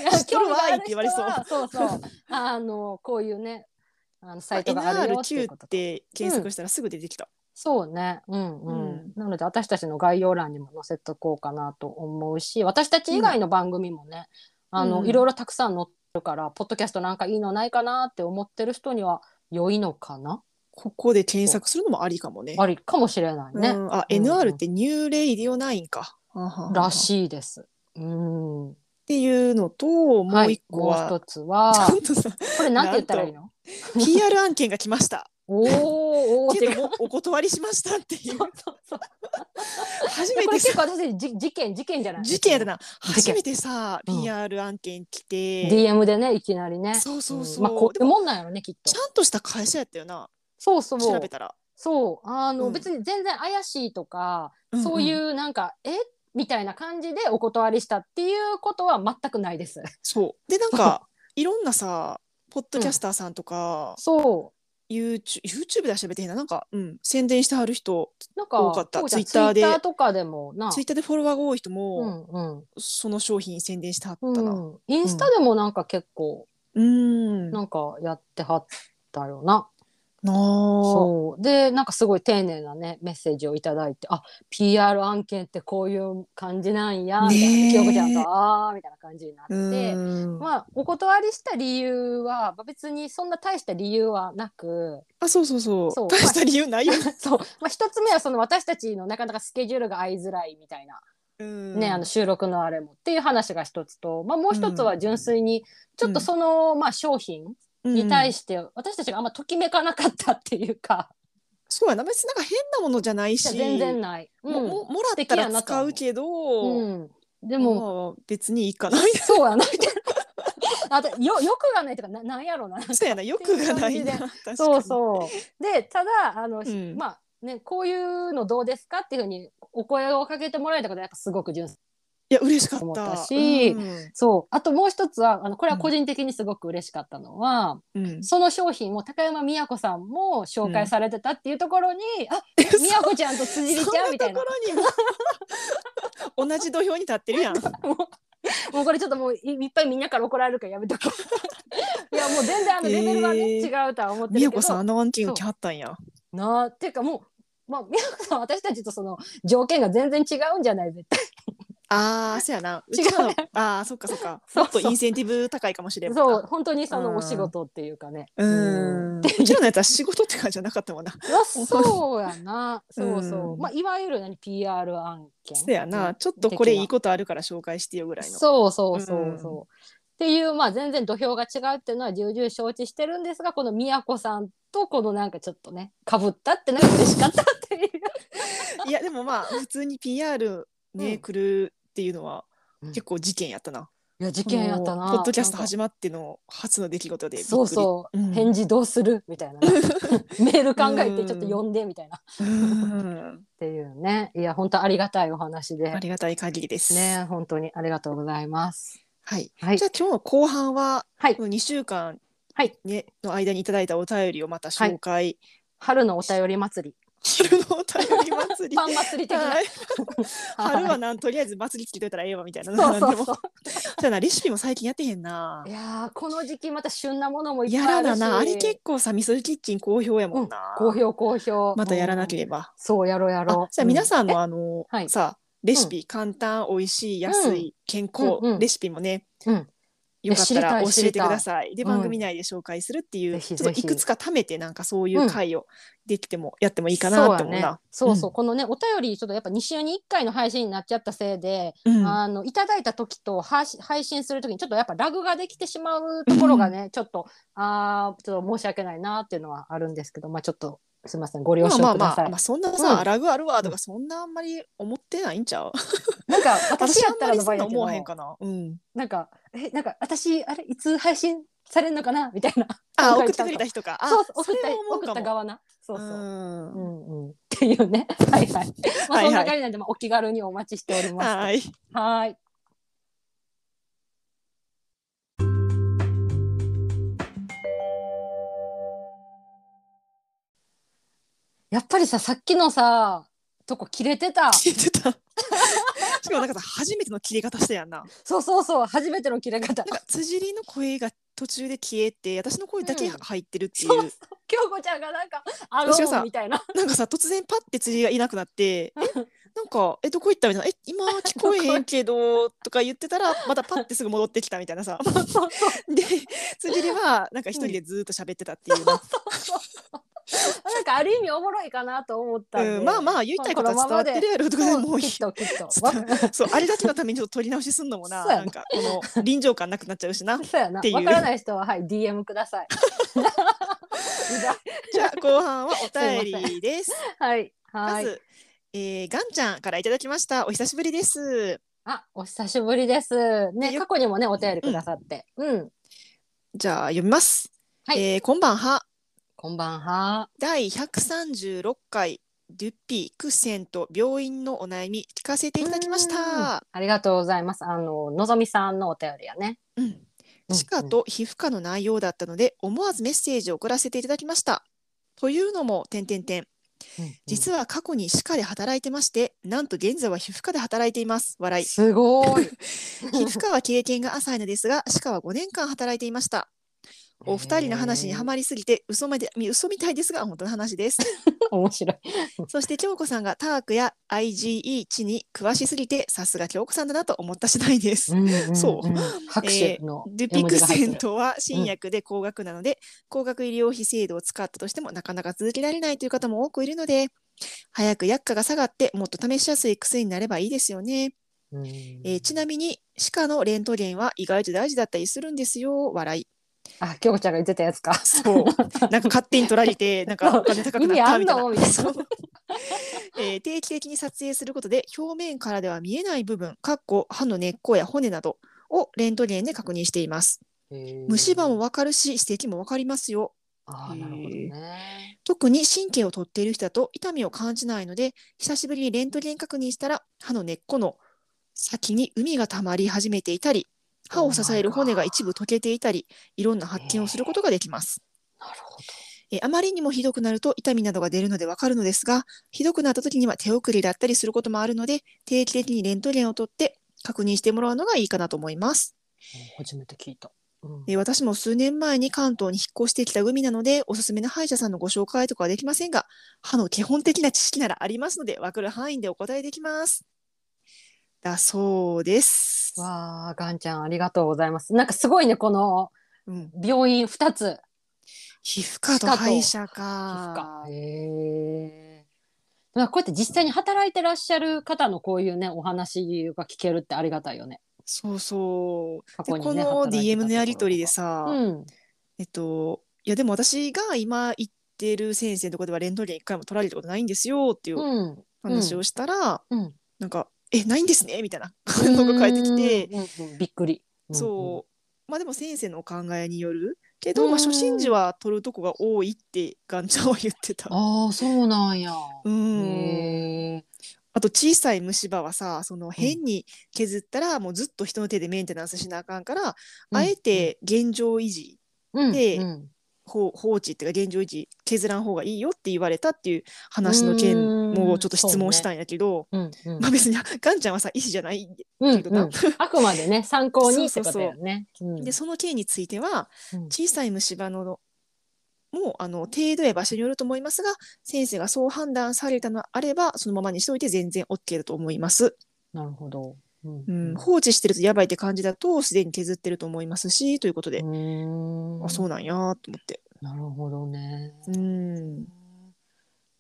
S1: や
S2: 知っとるわ
S1: 興味があ
S2: いって言われそう
S1: 人はそうそうあのこういうねあの
S2: ま
S1: サ
S2: あ
S1: イトがあるよっていう
S2: NR9
S1: こ
S2: っ
S1: とと
S2: て検索したらすぐ出てきた。
S1: そうね、うんうん
S2: うん
S1: なので私たちの概要欄にも載せとこうかなと思うし私たち以外の番組もね、あの
S2: うん
S1: いろいろたくさん載ってるからポッドキャストなんかいいのないかなって思ってる人には良いのかな
S2: ここで検索するのもありかもね。
S1: ありかもしれないね、
S2: うんあ、
S1: うん
S2: NR ってニューレイディオナインか。
S1: ら
S2: い。っ
S1: しいです。うん、も
S2: ていうのと、もう一個
S1: い、
S2: は、
S1: もう一つは
S2: ちょ っとさ、
S1: これなんて言ったらいいの
S2: PR 案件が来ました。
S1: おーお ー
S2: け
S1: 違う
S2: どもうお断りしましたっていう
S1: そ。うそうそう
S2: 初
S1: で
S2: め
S1: これ
S2: て
S1: 結
S2: さ、
S1: 構私じ事件事件じゃない
S2: 事件やったな。
S1: 事
S2: 初
S1: 件
S2: めてさ、
S1: うん
S2: PR 案件来て、
S1: DM でねいきなりね
S2: そうそうそう。
S1: んまあこうい
S2: で
S1: う
S2: も
S1: もんなんやろねきっと
S2: ちゃんとした会社やったよな。
S1: そうそう
S2: 調べたら。
S1: そうあの、
S2: うん
S1: 別に全然怪しいとか、
S2: んん
S1: そういうなんかえみたいな感じでお断りしたっていうことは全くないです。
S2: そう。で、なんか、いろんなさ、ポッドキャスターさんとか、
S1: そ
S2: YouTube, YouTube ではべてへんな。なんか、うん、宣伝してはる人、
S1: うなんか
S2: 多かった
S1: こうじゃん
S2: Twitter で
S1: Twitter とかでもな。
S2: Twitter でフォロワーが多い人も、
S1: うんうん
S2: その商品宣伝してはったな。
S1: うん、インスタでもなんか結構
S2: うん。な
S1: なんかやってはったよな、
S2: あ。
S1: そうでなんかすごい丁寧なねメッセージをいただいてあ PR 案件ってこういう感じなんやみたい
S2: ね
S1: な
S2: え
S1: 清子ちゃんがあーみたいな感じになって、
S2: うん
S1: まあお断りした理由はまあ別にそんな大した理由はなく
S2: あ、そうそうそう。
S1: そう
S2: 大した理由な いよ。
S1: そう、まあ、一つ目はその私たちのなかなかスケジュールが合いづらいみたいな、
S2: うん
S1: ねあの収録のあれもっていう話が一つと、まあ、もう一つは純粋にちょっとその、まあ、商品に対
S2: して、
S1: して私たちがあんまときめかなかったっていうか、
S2: そうやな。別になんか変なものじゃないし、
S1: 全然ない。うん
S2: もももらったら使うけど、
S1: うん、でも、
S2: まあ別にいい かなみたい
S1: そうやなみたいなあとよ欲がないとかななんやろうな
S2: な。そうやな。欲がないな。
S1: っていう
S2: 確かに
S1: そうそう。で、ただ、あの、
S2: うん
S1: まあ、ね、こういうのどうですかっていうふうにお声をかけてもらえたことはやっぱすごく純粋。
S2: いや、嬉しかった。
S1: 思ったし
S2: うん
S1: そう。あともう一つは、あの、これは個人的にすごく嬉しかったのは、
S2: うん
S1: その商品を高山美也子さんも紹介されてたっていうところに、あ、
S2: えそ
S1: 美也子ちゃんと辻里ちゃんみたい な。
S2: そんなところにも同じ土俵に立ってるやん。
S1: もうもうこれちょっともういいっぱいみんなから怒られるからやめとこ う。いや、もう全然あのレベルはね、
S2: えー
S1: 違うとは思ってるけ
S2: 美
S1: ど。
S2: 也子さんあの案件受けはったんや。
S1: なあっていうかもうまあ宮子さん私たちとその条件が全然違うんじゃない絶対
S2: ああ、そうやな。うちらのああ、そっかそっか。
S1: そう
S2: もっとインセンティブ高いかもしれんもん
S1: そ
S2: な
S1: う本当にそ
S2: うん
S1: のお仕事っていうかね
S2: うーん。うちらのやつは仕事って感じじゃなかったもん な。
S1: まあそうやな そうそう、
S2: うん
S1: まあいわゆる何 PR 案件
S2: そうやな。ちょっとこれいいことあるから紹介してよぐらいの。
S1: そうそうそうそう、
S2: う
S1: っていうまあ全然土俵が違うっていうのは重々承知してるんですがこの宮子さんとこのなんかちょっとねかぶったってなんか嬉しかったって いう
S2: いや、でもまあ、普通に PR ね、
S1: うん
S2: 来るっていうのは
S1: うん
S2: 結構事件やったな。
S1: いや事件やったな
S2: ポッドキャスト始
S1: め
S2: まっての初の出来事でびっくり。
S1: そうそう、
S2: うん
S1: 返事どうするみたいな メール考えてちょっと呼んでみたいな
S2: うー ん。
S1: っていうねいや本当ありがたいお話で
S2: ありがたい限りです。
S1: ね本当にありがとうございます
S2: はい。
S1: はい
S2: じゃあ今日の後半は、
S1: はい
S2: この2週間、
S1: はい
S2: ね、の間にいただいたお便りをまた紹 介。
S1: 春のお便り祭
S2: 昼のお便り祭り
S1: り。パン祭り的な
S2: はい春は
S1: ね
S2: なんとりあえず祭りつけといたらええわみたいな。
S1: そうそう
S2: なんでも
S1: そ
S2: そううやなレシピも最近やってへんな
S1: や。ーこの時期また旬なものもいっぱい
S2: や
S1: あ
S2: ら
S1: るし
S2: なな。あれ結構さ、味噌汁キッチン好評やもんな。
S1: 好評好評
S2: またやらなけ
S1: ゃ
S2: れば。
S1: そうやろうやろ
S2: あ
S1: う
S2: じゃあ皆
S1: ん
S2: さんのあの、
S1: はい
S2: さ、レシピ、簡単、美味しい、安い、健康、
S1: うんうん
S2: レシピもね、
S1: うん
S2: よかったら
S1: い
S2: 教
S1: や知りたい
S2: えてください。で、
S1: うん
S2: 番組内で紹介するっていう、
S1: ぜひ
S2: ちょっと
S1: ぜひ
S2: いくつか貯めて、なんかそういう回をできても、やってもいいかなって
S1: そ
S2: 思う
S1: うやね
S2: な。
S1: そうそう、
S2: う
S1: このねお便りちょっとやっぱ2週に1回の配信になっちゃったせいで、
S2: うん
S1: あのいただいた時とはし配信する時にちょっとやっぱラグができてしまうところがね、ちょっとあーちょっと申し訳ないなっていうのはあるんですけどまあちょっとすみませんご了
S2: まあ
S1: 承
S2: まあ
S1: く
S2: ま
S1: ださい、
S2: あ、まあ、そんな
S1: う
S2: さ、
S1: ん
S2: ラグあるわとか、そんなあんまり思ってないんちゃう
S1: なんか私
S2: 私
S1: や
S2: あ
S1: っ
S2: ん
S1: た
S2: ま
S1: ら
S2: り
S1: の
S2: そ
S1: 場合
S2: んな
S1: やけ
S2: 思
S1: ど
S2: わへんかな。うん。
S1: なんかえなんか私あれいつ配信されるのかなみたいな
S2: あ、
S1: 今
S2: 送っ
S1: 回
S2: てくれた人か。あ
S1: そう送
S2: そ
S1: っ
S2: れ
S1: た
S2: は思う
S1: 送
S2: か
S1: った
S2: も。
S1: 側なそうそうう、うんんうん、っていうねはいはい、まあ、
S2: はいはい
S1: そんな感じなんで、まあ、お気軽にお待ちしております
S2: はい。
S1: はい。やっぱりさ、さっきのさ、とこ切れてた。
S2: 切れてた。 しかもなんかさ初めての切り方したやんな。
S1: そうそうそう、初めての切れ方。
S2: なんか辻りの声が途中で消えて私の声だけ入ってるっていう、
S1: そうそう京子ちゃんがなんかあの
S2: 私がさ
S1: みたいな
S2: なんかさ突然パッて釣りがいなくなって「えなんかえどこ行った?」みたいな「え今聞こえへんけど」とか言って たらまたパッてすぐ戻ってきたみたいなさで釣りはなんか一人でずーっと喋って たっていうな、
S1: なんかある意味おもろいかなと思ったんで、
S2: うんまあまあ言いたいことは伝わってるやろとか で
S1: そう
S2: もういい
S1: きっときっと
S2: ちょっそうあれだけのためにちょっと取り直しすんのもな
S1: そうやな
S2: なんかこの臨場感なくなっちゃう しな
S1: そうやな。
S2: っていう
S1: わからない人は、はい、DM ください。
S2: じゃあ後半はお便りです
S1: はい。は
S2: ま
S1: い。
S2: ず、えー、ガンちゃんからいただきましたお久しぶりです
S1: あ、お久しぶりです。ね、
S2: でよ
S1: 過去にもね、お便りくださって。うん。
S2: じゃあ読みます。
S1: はい
S2: えーこんばんは。
S1: こんばんは。
S2: 第136回デュッピークセンと病院のお悩み聞かせていただきまし
S1: うん
S2: た。
S1: ありがとうございます。あの、のぞみさんのお便りやね。
S2: うん。歯科と皮膚科の内容だったので思わずメッセージを送らせていただきました。というのも点点点。
S1: うん、うん
S2: 実は過去に歯科で働いてまして、なんと現在は皮膚科で働いています。笑い。
S1: すごい。
S2: 皮膚科は経験が浅いのですが、歯科は5年間働いていました。 お二人の話にはまりすぎて嘘まで嘘みたいですが本当の 話です。
S1: 面白い。
S2: そして京子さんがタークや IGE 地に詳しすぎてさすが京子さんだなと思った次第です。
S1: んんん
S2: そう。
S1: 拍手の
S2: デュ
S1: 絵
S2: ピ
S1: 文
S2: ク
S1: 字が入
S2: セ
S1: って
S2: ン
S1: る。
S2: トは新薬で高額なので、高額医療費制度を使ったとしてもなかなか続けられないという方も多くいるので、早く薬価が下がってもっと試しやすい薬になればいいですよね。
S1: うん
S2: えーちなみに歯科のレントゲンは意外と大事だったりするんですよ。笑い。
S1: あ、京子ちゃんが言ってたやつか。
S2: そう。なんか勝手に取られて、なんかお金高くなったみたい
S1: 意味あんのみ
S2: な。
S1: たいな
S2: そうえー定期的に撮影することで表面からでは見えない部分、かっこ歯の根っこや骨などをレントゲンで確認しています。虫歯もわかるし、指摘もわかりますよ。
S1: あーなるほどね。
S2: 特に神経を取っている人だと痛みを感じないので、久しぶりにレントゲン確認したら歯の根っこの先に海がたまり始めていたり、歯を支える骨が一部溶けていたり、いろんな発見をすることができます。
S1: なるほど。
S2: えーあまりにもひどくなると痛みなどが出るのでわかるのですが、ひどくなった時には手遅れだったりすることもあるので、定期的にレントゲンを取って確認してもらうのがいいかなと思います。
S1: 初めて聞いた。うん
S2: えー私も数年前に関東に引っ越してきた組なので、おすすめの歯医者さんのご紹介とかはできませんが、歯の基本的な知識ならありますので、わかる範囲でお答えできます。だそうです。
S1: わあ、ガンちゃんありがとうございます。なんかすごいね、この
S2: うん、
S1: 病院二つ。
S2: 皮膚科と歯医者か。
S1: へえ。まあ、こうやって実際に働いてらっしゃる方のこういうね、お話が聞けるってありがたいよね。
S2: そうそう。
S1: 過去
S2: で
S1: に
S2: こ
S1: ね
S2: の
S1: 働いてた
S2: DM のやり取りで
S1: と
S2: さ、
S1: ころとか。
S2: えっと、いやでも私が今行ってる先生のとこではレントゲン一回も取られたことないんですよっていううん
S1: うん。
S2: 話をしたら、
S1: うん。
S2: なんか「えないんですね」みたいな感想が返ってきて、
S1: うんうんうんびっくり。
S2: そうまあでも先生のお考えによるけど、
S1: うん
S2: まあ、初心時は取るとこが多いってガンちゃんは言ってた。
S1: うんうん。ああ、そうなんや。
S2: うん、
S1: へえ。
S2: あと小さい虫歯はさその変に削ったらもうずっと人の手でメンテナンスしなあかんから、あえて現状維持
S1: うん、
S2: で
S1: うん
S2: 放放置っていうか現状維持削らん方がいいよって言われたっていう話の
S1: う
S2: 件
S1: ーん
S2: もちょっと質問したんやけど、
S1: うんうん
S2: まあ別にガンちゃんはさ医師じゃない
S1: うん
S2: けどな、
S1: うんあくまでね参考にってことよね。うん
S2: でその件については
S1: うん
S2: 小さい虫歯のもうあの程度や場所によると思いますが先生がそう判断されたのあればそのままにしておいて全然 OK だと思います、
S1: なるほど。うん
S2: うん、放置してるとやばいって感じだとすでに削ってると思いますしということで、
S1: うん
S2: あそうなんやと思って。
S1: なるほどね。
S2: うん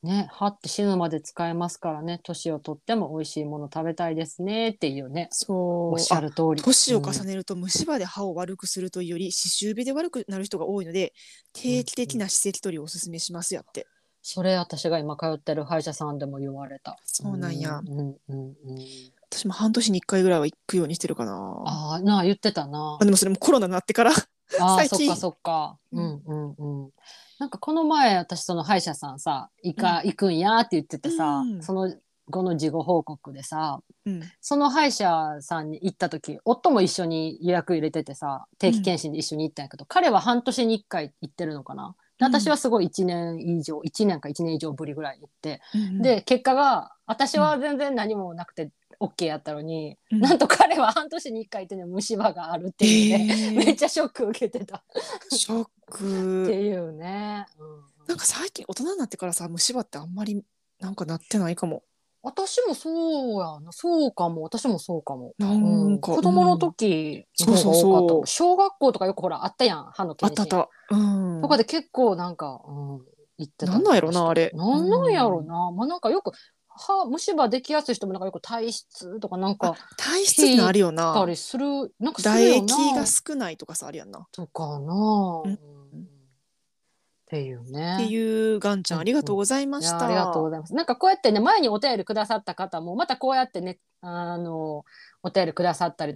S1: ね、歯って死ぬまで使えますからね、年をとっても美味しいもの食べたいですねっていうね、
S2: そう
S1: おっしゃる通り。
S2: 年を重
S1: うん
S2: ねると虫歯で歯を悪くするというより歯周病で悪くなる人が多いので定期的な歯石取りをおすすめしますやって。
S1: それ私が今通ってる歯医者さんでも言われた。
S2: そうなんや
S1: うんうんうん。
S2: 私も半年に1回ぐらいは行くようにしてるかな。あ
S1: ああ、なあ言ってたな。
S2: でもそれもコロナになってから。
S1: あー
S2: 最近
S1: そっかそっか。うんうんうん。なんかこの前私その歯医者さんさ行か、行くんやって言っててさ、
S2: うん
S1: その後の事後報告でさ
S2: うん
S1: その歯医者さんに行った時夫も一緒に予約入れててさ定期検診で一緒に行ったんやけど、彼は半年に1回行ってるのかな。で
S2: うん
S1: 私はすごい1年以上1年か1年以上ぶりぐらいに行って、で結果が私は全然何もなくて、 OK やったのに、
S2: うん
S1: なんと彼は半年に1回ってね虫歯があるっていうね、 め
S2: え
S1: っちゃショック受けてた
S2: ー、ショッ
S1: って
S2: ク。
S1: いうね、うん
S2: なんか最近大人になってからさ虫歯ってあんまりなんかなってないかも。
S1: 私もそうやなそうかも私もそうかも、
S2: な
S1: うんん、
S2: か、
S1: 子供の
S2: うん
S1: 時
S2: そうそうそ
S1: の方
S2: う
S1: が多かった小学校とかよくほらあったやん歯の
S2: あ
S1: 検
S2: ったあ
S1: 診
S2: った。うん。
S1: とかで結構なんか、うん、言ってた
S2: なんなんやろなあれ。
S1: なんなんやろ
S2: う。
S1: な、まあなんかよく歯虫歯できやすい人もなんかよく体質とかなんか
S2: 体質ってのあるよ
S1: あった
S2: な。
S1: りするなんかす
S2: 唾
S1: るよ
S2: 液
S1: な
S2: が少ないとかさあるやんな。
S1: とかな、
S2: う
S1: うんんっていうね。
S2: っていうがんちゃんありがとうございま
S1: い
S2: し
S1: や
S2: た。
S1: ありがとうございます。なんかこうやってね前にお便りくださった方もまたこうやってねあのお便りくださったり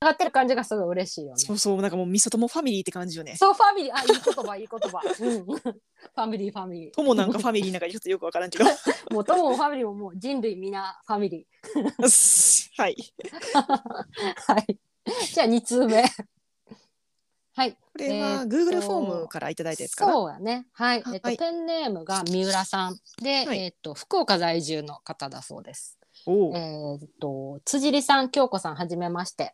S1: 上がってる感じがすごい嬉しいよね。
S2: そうそうなんかもうみそともファミリーって感じよね。
S1: そうファミリーあいい言葉いい 言葉、うん、ファミリーファミリ
S2: ともなんかファミリーなんかちょっとよくわか らんけど。
S1: ーもう友もファミリーももう人類皆ファミリ
S2: はい。
S1: ーはいじゃあ2通目はい
S2: これは
S1: えーっと
S2: Google フォームからいただいたやつかな。
S1: そうやねはい、
S2: はい
S1: えっと、ペンネームが三浦さんで、
S2: はい
S1: えっと福岡在住の方だそうです
S2: おう
S1: えーっと辻里さん京子さんはじめまして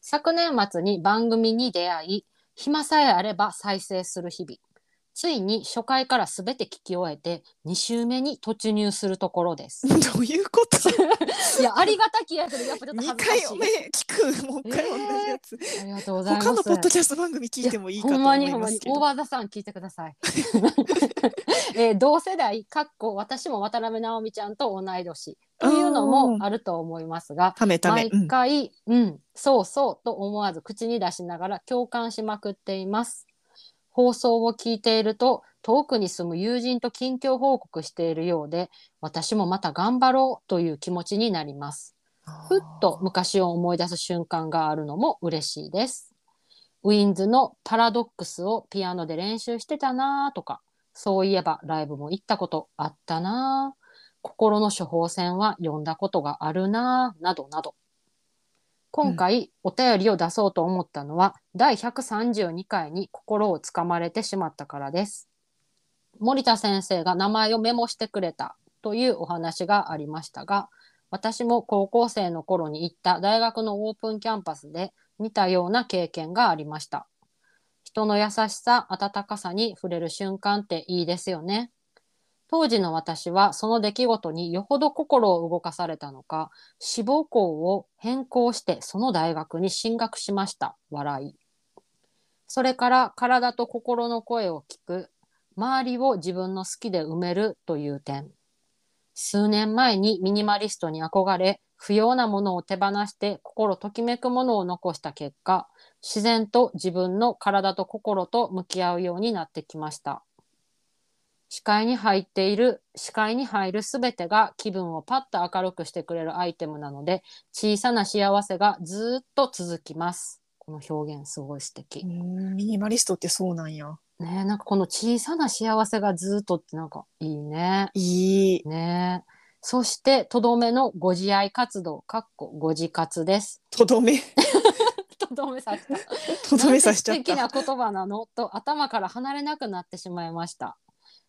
S1: 昨年末に番組に出会い暇さえあれば再生する日々ついに初回から全て聞き終えて2週目に突入するところです
S2: どういうこと？
S1: いやありがたきやけどやっぱちょっと
S2: 二
S1: 恥ずか
S2: 回
S1: しい、
S2: 目聞くもう一回同じやつ。
S1: ありがとうございます
S2: 他のポッドキャスト番組聞いてもいいかと
S1: ほん
S2: 思
S1: まに
S2: い
S1: ほん
S2: ま
S1: ますに
S2: け
S1: 大
S2: ど。
S1: 和田さん聞いてください。 えー同世代かっこ私も渡辺直美ちゃんと同い年というのもあると思いますが
S2: ためため。う
S1: 毎
S2: ん
S1: 回、うん、そうそうと思わず口に出しながら共感しまくっています。放送を聞いていると遠くに住む友人と近況報告しているようで私もまた頑張ろうという気持ちになります。ふっと昔を思い出す瞬間があるのも嬉しいです。ウィンズのパラドックスをピアノで練習してたなとか、そういえばライブも行ったことあったな心の処方箋は読んだことがあるななどなど。今回お便りを出そうと思ったのは、第132回に心をつかまれてしまったからです。森田先生が名前をメモしてくれたというお話がありましたが、私も高校生の頃に行った大学のオープンキャンパスで似たような経験がありました。人の優しさ、温かさに触れる瞬間っていいですよね。当時の私はその出来事によほど心を動かされたのか、志望校を変更してその大学に進学しました。笑い。それから体と心の声を聞く、周りを自分の好きで埋めるという点。数年前にミニマリストに憧れ不要なものを手放して心ときめくものを残した結果自然と自分の体と心と向き合うようになってきました視界に入っている視界に入るすべてが気分をパッと明るくしてくれるアイテムなので小さな幸せがずーっと続きますこの表現すごい素敵
S2: うんミニマリストってそうなんや。
S1: ねえなんかこの小さな幸せがずーっとってなんかいいね
S2: いい。
S1: ねえ。そして、とどめのご自愛活動、かっこご自活です。
S2: とどめ。
S1: とどめさせ た。
S2: とどめさせちゃっ
S1: なんて素敵
S2: た。
S1: な言葉なの と頭から離れなくなってしまいました。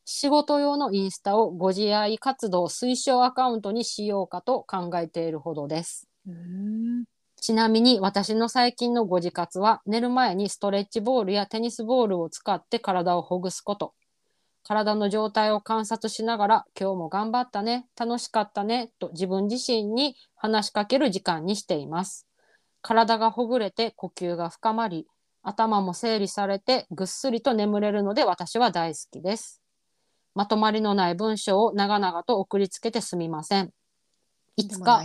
S1: 仕事用のインスタをご自愛活動推奨アカウントにしようかと考えているほどです。
S2: うん
S1: ちなみに私の最近のご自活は寝る前にストレッチボールやテニスボールを使って体をほぐすこと体の状態を観察しながら今日も頑張ったね楽しかったねと自分自身に話しかける時間にしています体がほぐれて呼吸が深まり頭も整理されてぐっすりと眠れるので私は大好きですまとまりのない文章を長々と送りつけてすみませんいつか。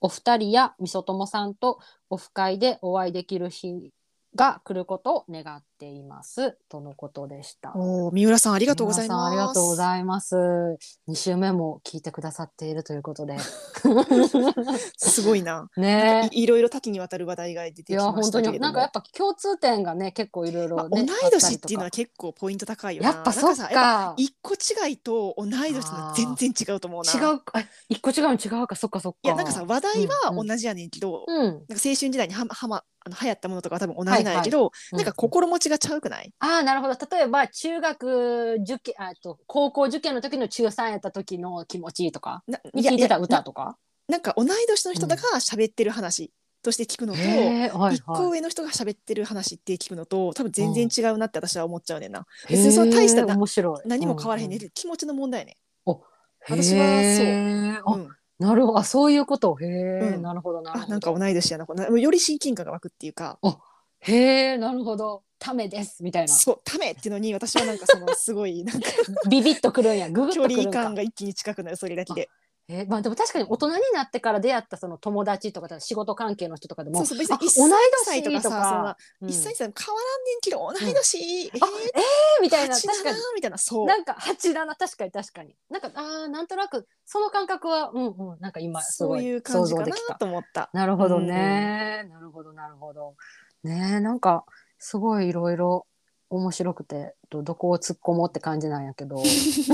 S1: お二人やみそともさんとオフ会でお会いできる日が来ることを願っていますとのことでした。あ
S2: おお、三浦さんありがとうございます。
S1: ありがとうございます。二週目も聞いてくださっているということ で、
S2: すごいな。
S1: ねえ。
S2: いいろいろ多岐にわたる話題が出てき
S1: いや
S2: ま
S1: 本
S2: した
S1: 当
S2: けれ
S1: に
S2: ど
S1: なん
S2: も
S1: かやっ。ぱ共通点がね結構いろい
S2: まあ
S1: ろ
S2: 同い
S1: ね、
S2: 年っていう
S1: あ
S2: のは
S1: たりとか
S2: 結構ポイント高いよな。
S1: やっぱそ
S2: な
S1: うん
S2: さやっぱ
S1: か。
S2: 一個違いと同い年の全然違うと思うな。
S1: 違うあ一個違うの違うかそっかそっか。
S2: いやなんかさ話題
S1: うんう
S2: は
S1: ん
S2: 同じやねんけど、
S1: うん
S2: なんか青春時代にはまはまあの流行ったものとかは多分同じなんやけど、
S1: うん
S2: なんか心持ちがちゃうくない？
S1: ああなるほど例えば中学受験あえっと高校受験の時の中3やった時の気持ちとか
S2: な
S1: に聞いてた
S2: や
S1: 歌とか
S2: なんか同い年の人だが喋ってる話として聞くのと、
S1: へえはい
S2: 一個
S1: は
S2: 上の人が喋ってる話って聞くのと多分全然違うなって私は思っちゃうねんな。
S1: い。
S2: 別にその大したな
S1: へえ面白い。
S2: 何も変わらへんね、
S1: う
S2: 気持ちの問題やね。
S1: う
S2: 私はそう
S1: へえ
S2: う
S1: あ、
S2: ん、
S1: なるほど。あ、そういうこと。へえ、
S2: うん
S1: なるほどなる
S2: あ
S1: ほ
S2: なん
S1: ど。
S2: か同い年やなこのより親近感が湧くっていうか
S1: へえ、なるほど。ためですみたいな。
S2: そうためっていうのに私はなんかそのすご いなんか
S1: ビビッとくるんや。ググッ
S2: 距
S1: とくる
S2: 離
S1: んか
S2: 感。が一気に近くなるそれだけで。
S1: えーまあでも確かに大人になってから出会ったその友達とか仕事関係の人とかでも
S2: そうそう別に
S1: あ
S2: 一
S1: 同い
S2: 歳
S1: 年
S2: とか
S1: と
S2: さそん
S1: か
S2: な、
S1: うん
S2: 一歳さん変わらんねんけど同い年、え
S1: あ
S2: ー
S1: えー、みたいな
S2: 八だ
S1: 確かに
S2: みたいなそう
S1: なんか八だな確かに確かになんかあーなんとなくその感覚はうんうんなんか今す
S2: そ
S1: ご
S2: う
S1: い
S2: いう感
S1: 想
S2: じ
S1: 像
S2: か
S1: でき
S2: な
S1: た
S2: と思った。
S1: なるほどね、なるほどなるほどねえなんかすごいいろいろ面白くてどどこを突っ込もうって感じなんや けど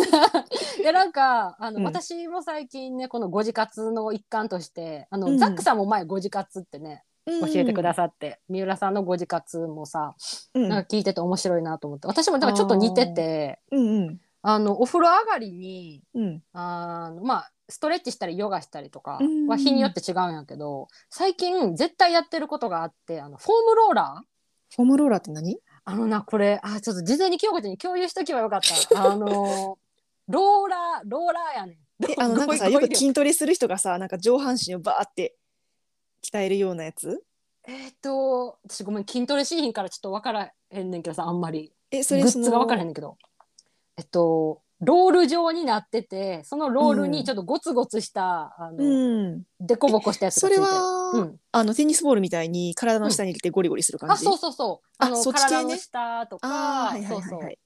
S1: いやなんかあの、
S2: うん
S1: 私も最近ねこのご自活の一環としてあの、
S2: うん
S1: ザックさんも前ご自活ってね
S2: 教
S1: 教えてくだ
S2: さ
S1: さって、三浦さんのご自活もさ
S2: い。うん
S1: なんか聞いてて面白いなと思って私もなんかちょっと似てて
S2: うんうん
S1: あのお風呂上がりに
S2: うん
S1: あのまあストレッチしたりヨガしたりとか
S2: うん
S1: は日によって違うんやけど、最近絶対やってることがあってあのフォームローラー
S2: フォームローラーって何？
S1: あのなこれあちょっと事前に京子ちゃんに共有しとけばよかった あのローラーローラーやねん
S2: えあのなんかさ
S1: ごい
S2: よ
S1: ごい
S2: く筋トレする人がさなんか上半身をバーって鍛えるようなやつ？
S1: えーっと私ごめん筋トレシーンからちょっと分からへんねんけどさあんまり
S2: えそ
S1: グ
S2: れそ
S1: ッ
S2: の
S1: ズが分からへんねんけどえっとロール状になっててそのロールにちょっとゴツゴツした、あの、
S2: うん。
S1: デコボコしたやつ
S2: そ
S1: がつい
S2: れ
S1: てる
S2: は、
S1: うん、
S2: あのテニスボールみたいに体の下に入れてゴリゴリする感
S1: あ
S2: じ？
S1: そうそうそう
S2: あ
S1: あの
S2: そっち系ね
S1: 体の下と
S2: あ
S1: か
S2: ーはいは
S1: そ
S2: いうはい
S1: そ。
S2: はい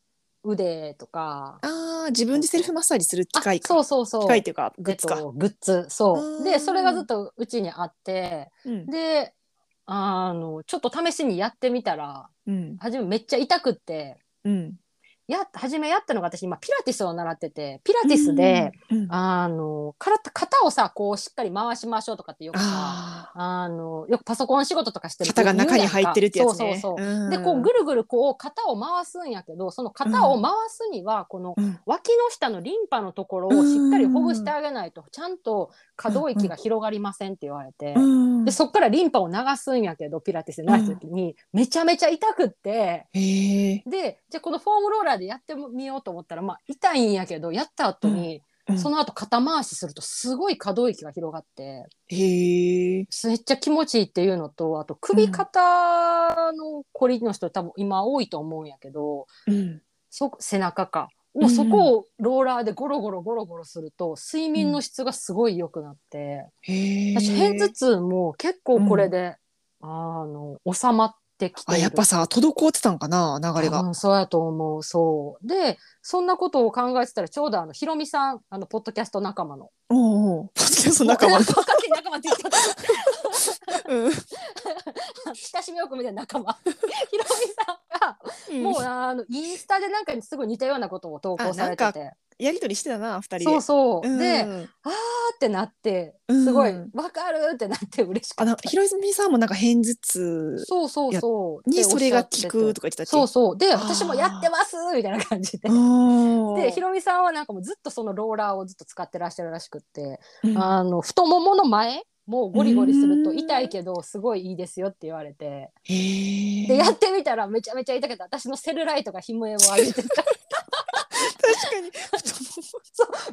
S2: う
S1: 腕とか
S2: ああ自分でセルフマッサージする機
S1: あ
S2: 械か。
S1: そうそうそう
S2: 機械っていうかグッズ
S1: えっ
S2: か。
S1: と、グッズ
S2: う
S1: そ
S2: ん
S1: うでそれがずっとうちにあって
S2: うん
S1: であのちょっと試しにやってみたら
S2: うん
S1: 初めめっちゃ痛くって
S2: うん。
S1: や初めやったのが私今ピラティスを習っててピラティスで、
S2: うん。あ
S1: あのから肩をさこうしっかり回しましょうとかってよくさ
S2: あ
S1: あのよくパソコン仕事とかして
S2: ー
S1: る
S2: 肩が中に入ってるってや
S1: そ
S2: つ
S1: うそう
S2: ね。
S1: そう、
S2: ん
S1: でこうぐるぐるこう肩を回すんやけどその肩を回すにはこの
S2: うん
S1: 脇の下のリンパのところをしっかりほぐしてあげないとちゃんと可動域が広がりませんって言われて
S2: うん
S1: でそっからリンパを流すんやけどピラティスで流す時にめちゃめちゃ痛くって
S2: へえ。
S1: でじゃあこのフォームローラーでやってみようと思ったらまあ痛いんやけどやった後に
S2: うん
S1: その後肩回しするとすごい可動域が広がって
S2: へえ。
S1: めっちゃ気持ちいいっていうのとあと首肩のこりの人多分今多いと思うんやけど。
S2: うん。
S1: そ背中か。
S2: ん
S1: もうそこをローラーでゴロゴロゴロゴロすると睡眠の質がすごい良くなって、
S2: へえ。
S1: 私片頭痛も結構これで、あの収まってきてい
S2: あ
S1: る
S2: やっぱさ滞ってたんかな流れ
S1: 多
S2: が。
S1: 分そうやと思うそうでそんなことを考えてたらちょうどあのひろみさんあのポッドキャスト仲間の
S2: おうおう。ポッドキャスト仲間
S1: ポッドキャスト仲間って言っちゃった
S2: うん
S1: 親しみよくみたいな仲間 ひろみさんが、もうあのインスタでなんかにすごい似たようなことを投稿されて
S2: あ
S1: て
S2: やりとりしてたな二人で。
S1: そうそう、
S2: うん
S1: であーってなって
S2: うん
S1: すごいわかるってなって嬉しか
S2: あ
S1: っ
S2: の
S1: た。
S2: ひろみさんもなんか偏頭痛
S1: そうそうそう。
S2: に
S1: ってお
S2: そ
S1: っし
S2: れ
S1: ゃ
S2: が
S1: っ
S2: 効
S1: てて
S2: くとか言ってたっけ。
S1: そうそう。で
S2: あー
S1: 私もやってますみたいな感じで。
S2: う
S1: でひ
S2: ろ
S1: ろみさんはなんかもうずっとそのローラーをずっと使ってらっしゃるらしくって、あの太ももの前もうゴリゴリすると痛いけどすごいいいですよって言われて
S2: へ
S1: で
S2: え。
S1: やってみたらめちゃめちゃ痛くて私のセルライトが悲鳴を上げてた
S2: 確かに。太
S1: めっちゃ痛いけ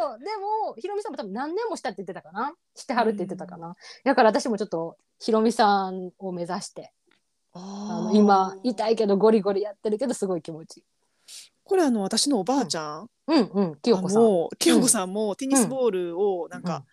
S1: どでもひろみさんも多分何年もしたって言ってたかなしてはるって言ってたかなだから私もちょっとひろみさんを目指して あ
S2: もも
S1: の今痛いけどゴリゴリやってるけどすごい気持ちいい。
S2: これあの私のおばあちゃん、
S1: うんうん、き
S2: あ
S1: よこさん。
S2: のきよこさんもテニスボールをなんか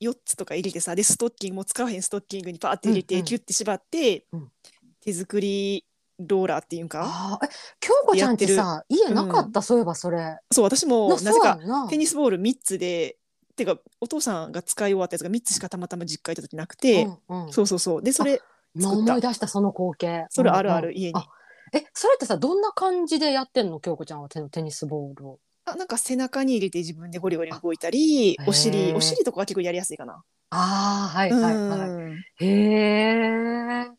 S2: 4つとか入れてさでストッキングも使わへんストッキングにパーって
S1: う
S2: 入れ
S1: んう
S2: て
S1: ん
S2: キュッて縛って、
S1: うん
S2: 手作りローラーっていうんか
S1: ああ、え、きょうこちゃんってさ、家なかった、そういえばそれ。な
S2: そう私もなぜ
S1: そうやん
S2: か
S1: な
S2: テニスボール3つでてかお父さんが使い終わったやつが3つしかたまたま実家行った時なくて、
S1: うんうん、
S2: そうそうそうでそれ
S1: 今
S2: 作った
S1: 思い出したその光景。
S2: それ
S1: うん
S2: あるある
S1: うん
S2: 家に、
S1: あえ、それってさ、どんな感じでやってんの、きょうこちゃんはテテニスボールを。
S2: あなんか背中に入れて自分でゴリゴリ動いたり
S1: あ
S2: お尻
S1: へー
S2: お尻とかは結構やりやすいかな。
S1: ああ、はいはいは
S2: うん
S1: い。へえ。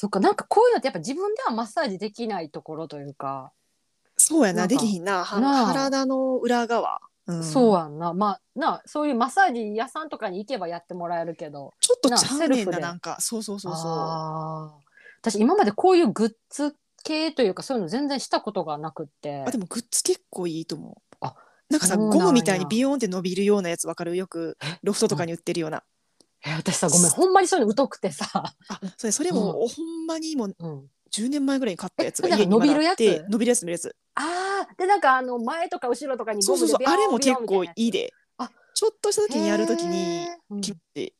S1: そっか、なんかこういうのってやっぱ自分ではマッサージできないところというか。
S2: そうやな
S1: なん
S2: で
S1: か
S2: きひんなは
S1: なあ
S2: 体の裏側ん
S1: そうやんな。まあ、な、そういうマッサージ屋さんとかに行けばやってもらえるけど。
S2: ちょっとちゃうねん
S1: なセルフ
S2: な
S1: で
S2: なんかそうそうそうそ
S1: ああ。私、今までこういうグッズ系というか、そういうの全然したことがなくって
S2: うあ。でもグッズ結構いいと思う
S1: あ
S2: なんかさ
S1: そうなんや
S2: ゴムみたいにビヨーンって伸びるようなやつわかるよくロフトとかに売ってるような
S1: え私さ、ごめん、ほんまにそういうの疎くてさ。
S2: あそれそれも、ほんまにもう
S1: うん。
S2: 10年前ぐらいに買ったやつ
S1: え
S2: が
S1: なんか
S2: 家にまだ
S1: 伸びるやつ
S2: あって伸びるやつ伸びるやつ
S1: ああ、で、なんか、あの、前とか後ろとかに
S2: そ
S1: ゴ
S2: うそ
S1: ム
S2: う
S1: でビ
S2: そう
S1: ヨー
S2: あ
S1: ン
S2: れも
S1: ビヨ
S2: 結
S1: ーンみたいな
S2: 構
S1: いやつ
S2: いで
S1: あ
S2: ちょっとした時にやる時に
S1: へーうん
S2: 気持ちいい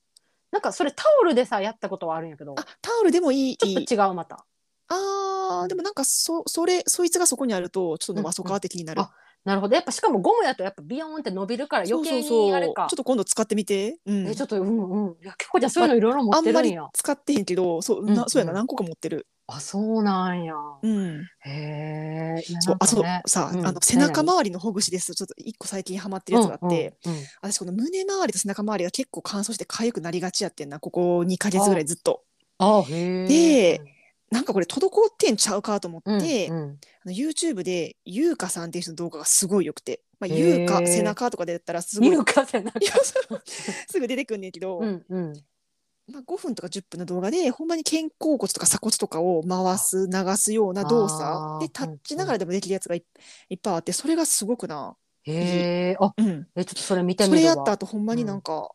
S1: なんかそれタオルでさやったことはあるんやけど
S2: あタオルでもいい
S1: ちょっと違うまた
S2: あーでもなんかそそれそいつがそこにあるとちょっと伸ばそうか的になる、
S1: うんうんなるほどやっぱしかもゴムやとやっぱビヨーンって伸びるから余計
S2: そうそう
S1: に
S2: そう
S1: あれか
S2: ちょっと今度使ってみて、うん
S1: えちょっとうんうんいや結構じゃあそういうのいろいろ持
S2: あ
S1: っ
S2: ん
S1: て
S2: ま
S1: るん
S2: り
S1: や
S2: 使ってへんけどそう,、
S1: うんう
S2: なんそうやな何個か持ってる、
S1: あそうなんや
S2: うん、
S1: へえいや
S2: そう
S1: なん
S2: あ
S1: か
S2: そう
S1: ね
S2: さ、
S1: うん
S2: あの背中周りのほぐしですちょっと一個最近ハマってるやつがあって、
S1: うんうんうん
S2: 私この胸周りと背中周りが結構乾燥して痒くなりがちやってんなここ2ヶ月ぐらいずっと
S1: あへえ
S2: でなんかこれ滞ってんちゃうかと思って、
S1: うんうん
S2: あの YouTube で優香さんっていう人の動画がすごい良くて、まあ、
S1: へー
S2: 優香背中とかでやったらすごい
S1: 見るか背中
S2: いやそう すぐ出てくんねんけど、
S1: うんうん
S2: まあ、5分とか10分の動画でほんまに肩甲骨とか鎖骨とかを回す流すような動
S1: あ
S2: 作
S1: ー
S2: でタッチながらでもできるやつがいいっぱいあってそれがすごくな、
S1: へえあ
S2: うん、
S1: えちょっとそれ見て
S2: そ
S1: み
S2: れ
S1: る
S2: や
S1: わ
S2: った後ほんまになんか、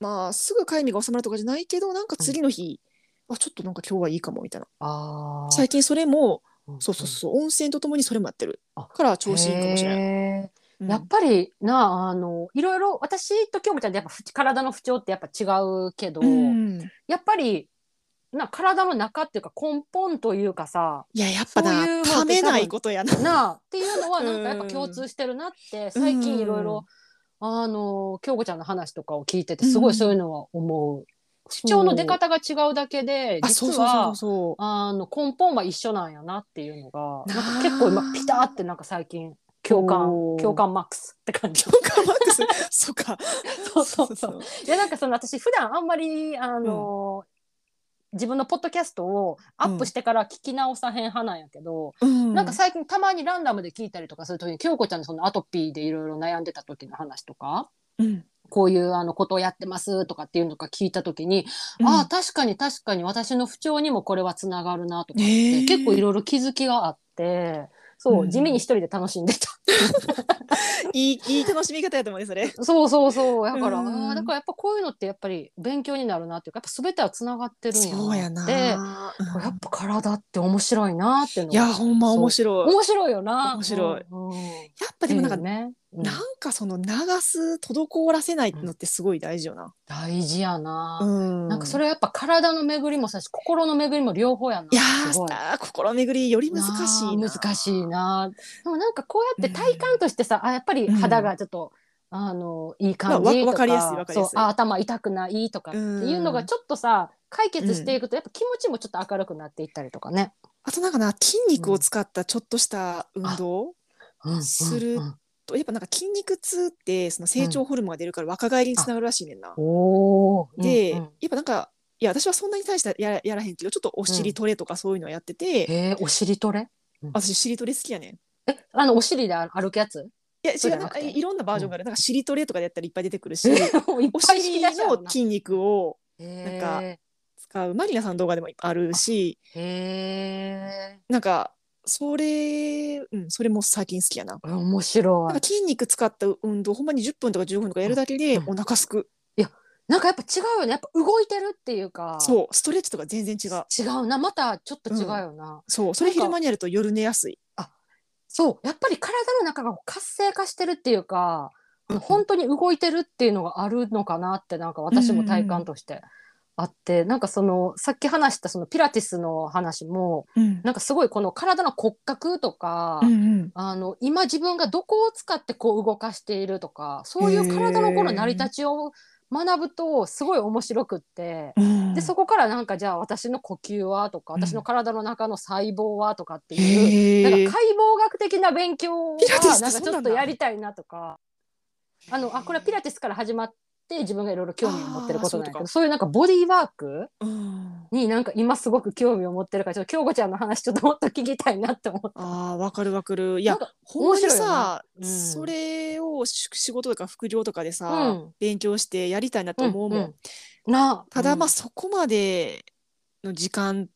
S2: まあすぐ痒みが収まるとかじゃないけどなんか次の日、あちょっとなんか今日はいいかもみたいな
S1: あー
S2: 最近それも
S1: ん
S2: そうそうそう、温泉とともにそれもやってる
S1: あ
S2: から調子いいかもしれない。
S1: へー
S2: うん
S1: やっぱりなあのいろいろ私と京子ちゃんってやっぱ不体の不調ってやっぱ違うけど、
S2: うん
S1: やっぱりな体の中っていうか根本というかさ
S2: いややっぱ
S1: そういうの
S2: な
S1: って
S2: ためないことやな。
S1: なあっていうのはなんかやっ
S2: う
S1: ぱ
S2: ん
S1: 共通してるなって最近いろいろあの京子ちゃんの話とかを聞いててすごいそういうのは思う。不調の出方が違うだけで
S2: あ
S1: 実
S2: そうそうそ
S1: は
S2: うそう。
S1: あの根本は一緒なんやなっていうのが
S2: なあ
S1: なんか結構今ピタってなんか最近共
S2: お
S1: 感
S2: ー
S1: 共感マックスって感じ。
S2: 共感マックスそうか。
S1: そうそうそう。いやなんかその私普段あんまりあのー自分のポッドキャストをアップしてから聞き直さへん派なんやけど、
S2: うん、
S1: なんか最近たまにランダムで聞いたりとかするときに京子ちゃんのそのアトピーでいろいろ悩んでた時の話とか
S2: うん、
S1: こういうあのことをやってますとかっていうのとか聞いた時に、ああ確かに確かに私の不調にもこれはつながるなとかって、
S2: ねえ
S1: 結構いろいろ気づきがあってそう、
S2: うん
S1: 地味に一人で楽しんでた。
S2: いいいい楽しみ方やと思うねそれ。
S1: そうそうそうだから、
S2: うん
S1: あーだからやっぱこういうのってやっぱり勉強になるなっていうかやっぱ全てはつながってるんやな
S2: そうやな。
S1: でこれやっぱ体って面白いなっていう
S2: うん
S1: の
S2: いやほんま面白い。や
S1: 面白いよな
S2: 面白い
S1: うんうん
S2: っぱでもなんか、
S1: っていうね、うん
S2: なんかその流す滞らせないのってすごい大事よな。
S1: 大事やな、
S2: うん。
S1: なんかそれはやっぱ体の巡りもさし心の巡りも両方やない
S2: や
S1: すごい
S2: ーあー心巡りより難しいな。
S1: なあ難しいなでもなんかこうやって体感としてさ、あやっぱり肌がちょっと、あのいい感
S2: まあ
S1: じ
S2: わ
S1: と
S2: わか
S1: か
S2: りやすいわかりやすい
S1: そうあ頭痛くないとかっていうの
S2: う
S1: が
S2: ん
S1: ちょっとさ解決していくとやっぱ気持ちもちょっと明るくなっていったりとかね、
S2: あとなんかな筋肉を使ったちょっとした運動。
S1: うん
S2: する
S1: うんうん
S2: とやっぱなんか筋肉痛ってその成長ホルモンが出るから若返りにつながるらしいねんな。
S1: おー
S2: で、
S1: うんうん
S2: やっぱなんかいや私はそんなに大したやらやらへんけどちょっとお尻トレとかそういうのやって
S1: へ
S2: て、
S1: えお尻トレ
S2: 私尻トレ好きやねん。い
S1: えあのお尻で歩くやつ
S2: や違
S1: そうじ
S2: う
S1: ゃ
S2: な
S1: なんく
S2: か
S1: て
S2: いろんなバージョンがある、なんか尻トレとかでやったらいっぱい出てくるし
S1: もう いっ
S2: お
S1: ぱい引
S2: 尻
S1: き出しやろ
S2: の
S1: うな
S2: 筋肉を
S1: へ
S2: なんか
S1: え
S2: 使うマリナさんの動画でもあるし
S1: へえ
S2: なんかそれ、うん、それも最近好きやな。
S1: 面白
S2: なん
S1: い
S2: か筋肉使った運動ほんまに10分とか15分とかやるだけで
S1: うん
S2: お腹すく、
S1: なんかやっぱ違うよねやっぱ動いてるっていうか
S2: そうストレッチとか全然違う
S1: 違うなまたちょっと違うよな、
S2: そうそれ昼間にやると夜寝やすい
S1: そうやっぱり体の中が活性化してるっていうか本当に動いてるっていうのがあるのかなってなんか私も体感としてあって、なんかそのさっき話したそのピラティスの話も
S2: うん
S1: なんかすごいこの体の骨格とか、
S2: うん
S1: あの今自分がどこを使ってこう動かしているとかそういう体のこの成り立ちを学ぶとすごい面白くって。
S2: うん、
S1: でそこからなんかじゃあ私の呼吸はとか
S2: うん
S1: 私の体の中の細胞はとかっていう、な
S2: へ
S1: ん
S2: ー
S1: か解剖学的な勉強は
S2: ピラティスって
S1: なんかち
S2: そう
S1: ょ
S2: な
S1: っ
S2: んだ
S1: とやりたいなとかあのあこれはピラティスから始まっって自分がいろいろ興味を持ってることなんだけ
S2: あーそう
S1: どそうい
S2: いうことか
S1: うなんかボディーワーク
S2: うん
S1: になんか今すごく興味を持ってるからちょっと京子ちゃんの話ちょっともっと聞きたいなって思った。
S2: ああ、わかるわかる。い
S1: な
S2: や
S1: んか、
S2: ほんまに
S1: 面白いよね
S2: さ、
S1: うん
S2: それをし仕事とか副業とかで
S1: う
S2: さ、
S1: ん
S2: 勉強してやりたいなと思うもん。
S1: んうんなあ
S2: ただ、まあ、
S1: うん
S2: そこまでの時間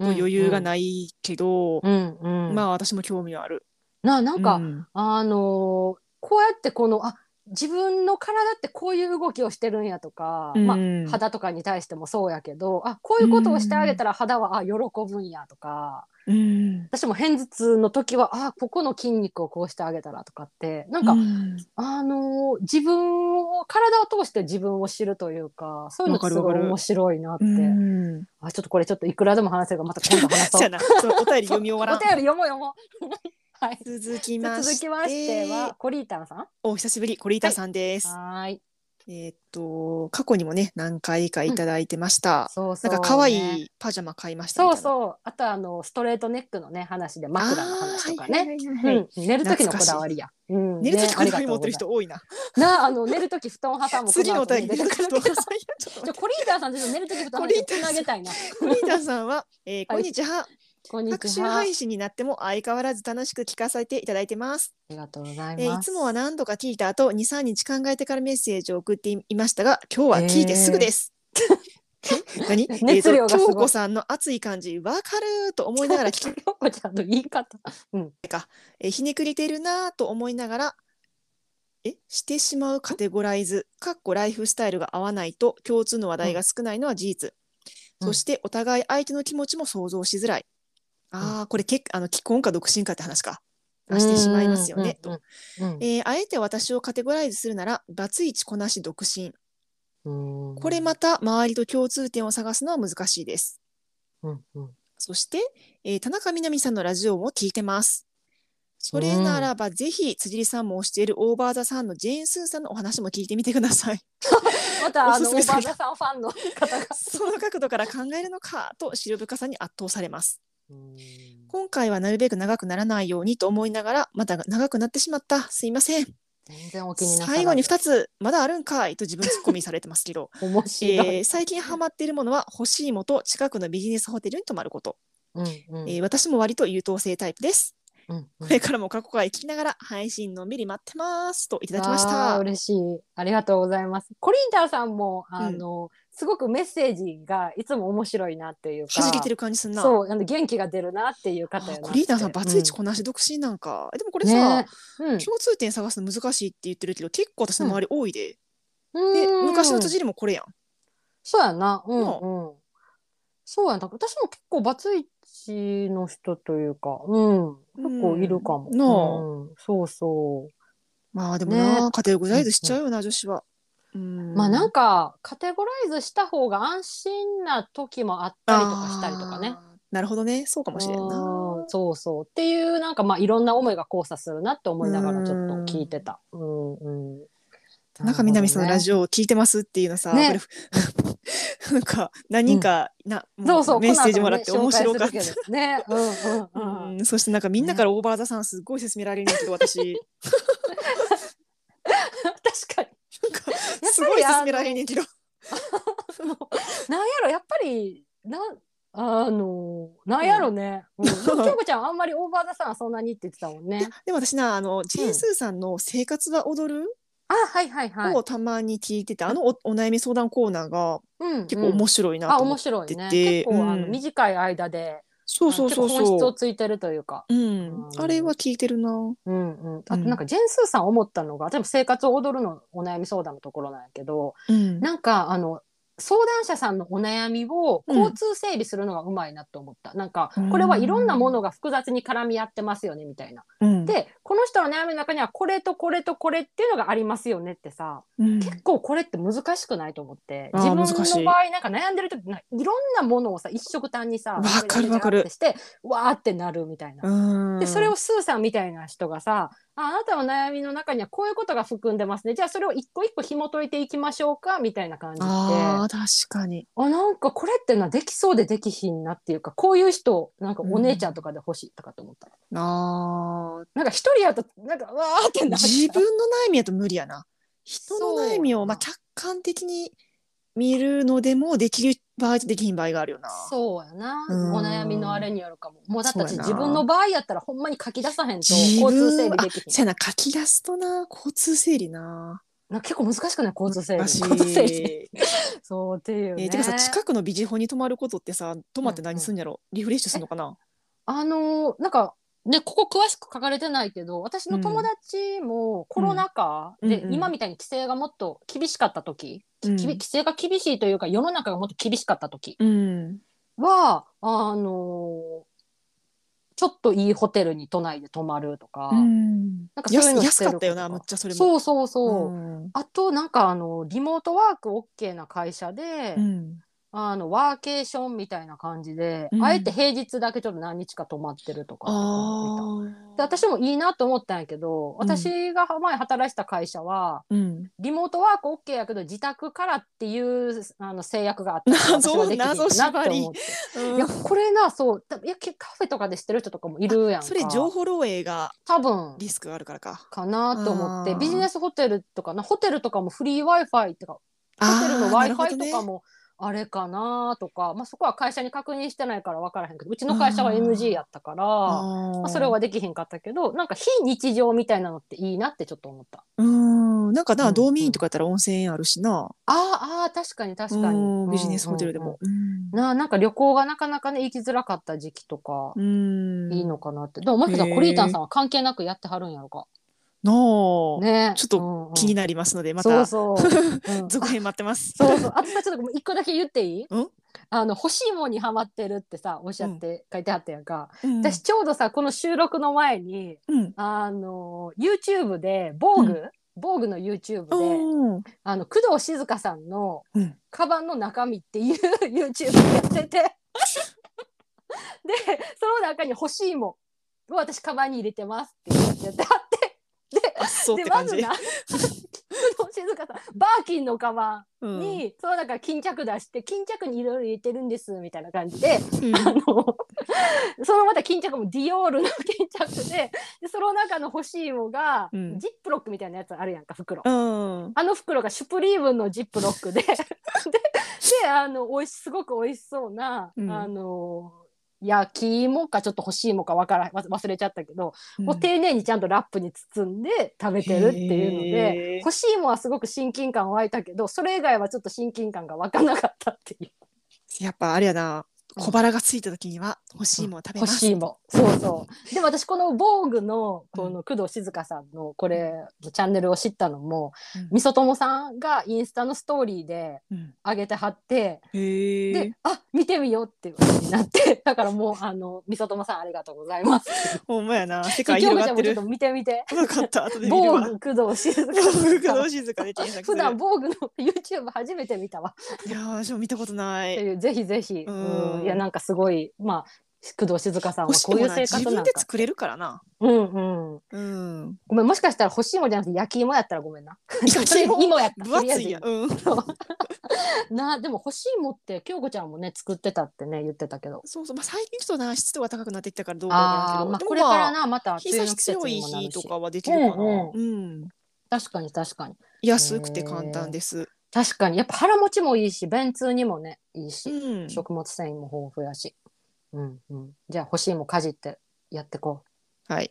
S1: う
S2: と
S1: ん
S2: 余裕がないけど、
S1: うんうん、
S2: まあ、私も興味はある。
S1: なあなんか、
S2: うん
S1: あのーこうやってこのあ自分の体ってこういう動きをしてるんやとか、まあ、
S2: うん
S1: 肌とかに対してもそうやけどあこういうことをしてあげたら肌は、あ喜ぶんやとか
S2: うん
S1: 私も片頭痛の時はあここの筋肉をこうしてあげたらとかってなんか、
S2: うん
S1: あのー自分を体を通して自分を知るというかそういうの
S2: わか
S1: が
S2: る
S1: すご
S2: わ
S1: い
S2: かる
S1: 面白いなって、
S2: うん
S1: あちょっとこれちょっといくらでも話せるからまた今度話
S2: そう
S1: そ
S2: や
S1: う。
S2: な。そのお便り読み終わら
S1: お
S2: ん。
S1: 便り読もう読もう。はい、
S2: 続きま
S1: 続
S2: し
S1: きましては
S2: て、
S1: コリータンさん。
S2: お久しぶり、コリータさんです。
S1: はーい。
S2: えーっと、過去にもね、何回かいただいてました。
S1: そうそ
S2: な
S1: う、
S2: んか可愛いパジャマ買いましたみ
S1: そ
S2: た
S1: う
S2: いな。う
S1: そう。あとあのストレートネックのね話で枕の話とかね。うん、寝る時のこだわりや。うん、
S2: 寝る時こだわ
S1: ね
S2: り持ってる。人多いな。
S1: ありがとうございますなあ、あの寝る時布団挟む。
S2: 次のお便り
S1: こだ
S2: 出て
S1: わ
S2: くる
S1: り
S2: と
S1: で
S2: さいやちょっ
S1: じ
S2: と
S1: ゃあコリーターさんちょっと寝る時布団挟
S2: コリー
S1: む。
S2: ターさん
S1: つなげたいな。
S2: コリータさんは、えー、こんにちは。
S1: こんに
S2: 各
S1: ち
S2: 種
S1: は。あ
S2: 配信になっても相変わらず楽しく聞かせていただいてます。
S1: りがとうござい
S2: えー
S1: ま
S2: い
S1: す。
S2: つもは何度か聞いた後、2、3日考えてからメッセージを送っていましたが、今日は聞いてすぐです。 え何
S1: 熱量がすごい
S2: えーと京子さんの熱い感じ、わかると思いながら聞き
S1: 京子ちゃんの言い方。
S2: えーひねくれてるなぁと思いながら、え、してしまうカテゴライズ、かっこライフスタイルが合わないと共通の話題が少ないのは事実。
S1: うん
S2: そしてお互い相手の気持ちも想像しづらい。ああ、これ結あの既婚か独身かって話か。あしてしまいますよね。
S1: うん
S2: と、
S1: うん
S2: えーあえて私をカテゴライズするなら、バツイチこなし独身。
S1: うんうん
S2: これまた周りと共通点を探すのは難しいです。
S1: うんうん
S2: そして、えー田中みな実さんのラジオも聞いてます。それならば、ぜひ辻さんも推しているオーバーザさんのジェーン・スーさんのお話も聞いてみてくだ さい。
S1: またあ
S2: お
S1: の
S2: すす
S1: オ
S2: め
S1: ー
S2: さ
S1: バ
S2: れ
S1: ー
S2: た
S1: ザさんファンの方が。
S2: その角度から考えるのかと白深さに圧倒されます。
S1: うん
S2: 今回はなるべく長くならないようにと思いながら、また長くなってしまった。すいません。
S1: 全然お気になさらず
S2: 最後に2つ、まだあるんかいと自分ツッコミされてますけど、
S1: 面白 い。
S2: えー最近ハマっているものは欲しいもと近くのビジネスホテルに泊まること。
S1: うんうん
S2: えー私も割と優等生タイプです。
S1: うんうん
S2: これからも過去回聞きながら配信のんびり待ってますといただきまし
S1: あー
S2: た。
S1: 嬉しい。ありがとうございます。コリンダーさんも、あの、すごくメッセージがいつも面白いなっていうか。
S2: はじけてる感じすんな。
S1: そう、あの元気が出るなっていう
S2: あ
S1: 方や
S2: ー
S1: なって。
S2: コリーダーさん、バツイチ
S1: う
S2: こなし独身なんか。えでもこ
S1: ん
S2: れさ、
S1: ねうん
S2: 共通点探すの難しいって言ってるけど、結構私の周り多いで。で、
S1: うん
S2: 昔の辻りもこれやん。
S1: そうやな。うん
S2: なあ
S1: うん。そうやな。私も結構バツイチの人というか、うん。結構いるかも。
S2: うんなあ
S1: うんそうそう。
S2: まあでもな、
S1: ね
S2: カテゴライズしちゃうよな、女子は。うん
S1: まあなんかカテゴライズした方が安心な時もあったりとかしたりとかね。
S2: あーなるほどね、そうかもしれん
S1: う。
S2: なん
S1: そうそうっていうなんかまあいろんな思いが交差するなって思いながらちょっと聞いてた。うんうん。
S2: 田中みな実さんのラ
S1: オ
S2: ジオを聞いてますっていうのさ、
S1: ね
S2: これ なんか何人かな、
S1: そ
S2: もう
S1: うそう
S2: メッセージもらって
S1: この
S2: 面
S1: 後ね
S2: 白かった
S1: 紹介。するけどね。うんうんうん。
S2: うん、そしてなんかみんなからオーバーザさんすっごい勧められるんだ けど私
S1: 確かに。
S2: なんかすごい勧められるんだけど
S1: あのなんやろやっぱりなんあのなんやろね。 うん。でも京子ちゃんあんまりオーバーザさんはそんなにって言ってたもんね。
S2: でも私なあのジェーンスーさんの「生活は踊る
S1: あはいはい」はい
S2: を。たまに聞いてて、あのおお悩み相談コーナーが
S1: うん
S2: 結構面白いな
S1: あ
S2: と
S1: 面
S2: 思って、
S1: 白いね
S2: て
S1: 結構、あの
S2: うん
S1: 短い間で
S2: そうそうそう
S1: あの結構本質
S2: そ
S1: を
S2: う
S1: ついてるというか、
S2: うん、あれは聞いてるな
S1: うんうん、あとなんかジェンスーさん思ったのが、でも生活を踊るのお悩み相談のところなんやけど
S2: うん
S1: なんかあの相談者さんのお悩みを
S2: うん
S1: 交通整理するのがうまいなと思った、なんかこれはいろんなものが複雑に絡み合ってますよねみたいな。
S2: うん
S1: でこの人の悩みの中にはこれとこれとこれっていうのがありますよねってさ
S2: うん
S1: 結構これって難しくないと思って
S2: あー
S1: 自分
S2: 難しい
S1: の場合なんか悩んでる時なんかいろんなものをさ一色単にさ
S2: わかるわかる
S1: ってしてわーってなるみたいな。
S2: うん
S1: でそれをスーさんみたいな人がさああなたの悩みの中にはこういうことが含んでますねじゃあそれを一個一個紐解いていきましょうかみたいな感じで
S2: あ
S1: あ
S2: ー確かに
S1: なんかこれってなできそうでできひんなっていうかこういう人なんかお姉ちゃんとかで欲しいとかと思った、
S2: あー
S1: なんか一人やとなんかわーってなる
S2: 自分の悩みやと無理やな人の悩みを、
S1: そう
S2: まあ、客観的に見るのでもできる場合とできひん場合があるよな。
S1: そうやな、
S2: うん
S1: お悩みのあれによるかももうだって
S2: そう
S1: 私
S2: やな
S1: 自分の場合やったらほんまに書き出さへんと
S2: 自分
S1: 交通整理でき
S2: あ、そ
S1: ひん
S2: やな、書き出すとな、交通整理な。
S1: なんか結構難しくない交通整理
S2: 難しい
S1: 交通整理そうっていう
S2: え
S1: ね、
S2: ーてかさ、近くのビジホに泊まることってさ、泊まって何すんやろ、リフレッシュするのかな
S1: あのーなんかねここ詳しく書かれてないけど私の友達もコロナ禍で、
S2: うんうん
S1: 今みたいに規制がもっと厳しかった時、
S2: うん
S1: き規制が厳しいというか世の中がもっと厳しかった時
S2: うん。
S1: はあのーちょっといいホテルに都内で泊まるとか、
S2: うん
S1: なんかそうい
S2: 安
S1: うの
S2: 安かった
S1: してること
S2: よな、
S1: か
S2: むっちゃそれも。
S1: そうそうそう、
S2: うん
S1: あとなんかあのリモートワーク OK な会社で、
S2: うん
S1: あのワーケーションみたいな感じで、
S2: うん
S1: あえて平日だけちょっと何日か泊まってるとかっていうのを見た
S2: あ
S1: で私もいいなと思ったんやけど私が前働いてた会社は、
S2: ーうん。
S1: リモートワーク OK やけど自宅からっていうあの制約 があったから
S2: 謎
S1: 私はできひん
S2: 謎
S1: な
S2: 縛
S1: って
S2: り
S1: 思っていやこれなそうたいやけカフェとかで知ってる人とかもいるやんか
S2: それ情報漏洩が
S1: 多分
S2: リスクがあるからか。
S1: かなと思っ
S2: あ
S1: て
S2: ー
S1: ビジネスホテルとかなホテルとかもフリー Wi-Fi ってかホテルの w
S2: あーな
S1: i
S2: る
S1: f
S2: ほ
S1: i
S2: どね
S1: とかもあれかなとか、まあ、そこは会社に確認してないから分からへんけどうちの会社は
S2: あー
S1: NG やったからまあ、それはできへんかったけどなんか非日常みたいなのっていいなってちょっと思った。
S2: うんなんか
S1: うんう
S2: な、
S1: ん
S2: 道民院とかやったら温泉あるしな。
S1: あーあー確かに確かに、
S2: うんビジネスホテルでも。
S1: う
S2: うん
S1: んうんうんなあなんか旅行がなかなかね行きづらかった時期とか、
S2: うん
S1: いいのかなってでももしかしたらコリータンさんは関係なくやってはるんやろか
S2: なあ、
S1: ね
S2: ちょっと
S1: と
S2: 気に
S1: な
S2: なりますので、ま
S1: そう
S2: た
S1: そう うん
S2: 続編待ってます。
S1: そうそう。あとさ、ちょっともう一個だけ言っていい
S2: うん
S1: あの、欲しいもんにハマってるってさ、おっしゃって書いてあったやんか。
S2: うん
S1: 私、ちょうどさ、この収録の前に、
S2: うん。
S1: あの、YouTube で、防具、
S2: う
S1: 防具の YouTube で、
S2: おー
S1: あの、工藤静香さんの、
S2: うん
S1: カバンの中身っていう YouTube やってて。で、その中に欲しいもんを私、カバンに入れてますって言ってあって。
S2: あそうっ
S1: で、
S2: て
S1: ま
S2: 感
S1: ず
S2: じ。
S1: な、工藤静香さん、バーキンのカバン。
S2: うん
S1: に、そうだから巾着出して巾着にいろいろ入れてるんですみたいな感じで、
S2: うん
S1: あのそのまた巾着もディオールの巾着ででその中の欲しいもが、
S2: うん
S1: ジップロックみたいなやつあるやんか袋。
S2: うん
S1: あの袋がシュプリームのジップロッ クででであのおいしすごく美味しそうな、
S2: うん
S1: あの焼き芋かちょっと欲しいもかわからわ忘れちゃったけど、
S2: うん
S1: を丁寧にちゃんとラップに包んで食べてるっていうの
S2: へ
S1: で
S2: ー
S1: 欲しいもんはすごく親近感湧いたけどそれ以外はちょっと親近感が湧かなかったっていう
S2: やっぱあれやな、小腹がついた時には欲しいもの 食べま
S1: 欲
S2: す。
S1: しいもんそうそうでも私この防具のこの工藤静香さんのこれチャンネルを知ったのも
S2: うん
S1: みそともさんがインスタのストーリーで
S2: うん
S1: 上げてはって
S2: へえ
S1: で。あ見てみようっていう風になって だからもうあのみそともさんありがとうございます
S2: ほんま やな、世
S1: 今
S2: 界
S1: 日ち
S2: 広が
S1: ゃ
S2: っ
S1: んも
S2: て
S1: ちょっ
S2: る
S1: と。見てみて
S2: 分かった、後で見る
S1: 防
S2: わ。
S1: 具工藤静 香さん
S2: 工藤静香で検索す
S1: 普
S2: る。
S1: 段防具の YouTube 初めて見たわ
S2: いやー、私も見たことな
S1: って
S2: い。
S1: いうぜひぜひ、
S2: うん
S1: うんいやなんかすごいまあ工藤静香さんは
S2: 欲しい
S1: こ
S2: も
S1: うい
S2: の
S1: う
S2: は
S1: 生
S2: 自
S1: 活な
S2: 分
S1: ん
S2: で
S1: か
S2: 作れるからな。
S1: うんうん
S2: うん。
S1: ごめんもしかしたら欲しいもんじゃなくて焼き芋やったらごめんな
S2: 焼き芋
S1: 芋やった
S2: 分
S1: とりあえ
S2: 厚
S1: ず
S2: いやん。うん。
S1: なでも欲しいもんって京子ちゃんもね作ってたってね言ってたけど
S2: そうそう、まあ、最近ちょっとな、湿度が高くなってきたからどうかわからん
S1: あ
S2: け
S1: あー
S2: ど。
S1: まあ
S2: でも
S1: これから
S2: まあ
S1: なまた
S2: 日
S1: 梅雨
S2: 差
S1: の
S2: し
S1: 季節
S2: 強い
S1: にもな
S2: 日
S1: る
S2: と
S1: し
S2: かはできるかな。
S1: うん
S2: うん。
S1: 確かに確かに
S2: 安くて簡単です。
S1: 確かにやっぱ腹持ちもいいし便通にもねいいし、
S2: うん。
S1: 食物繊維も豊富やし、うんうん、じゃあ欲しいもんかじってやってこう
S2: はい。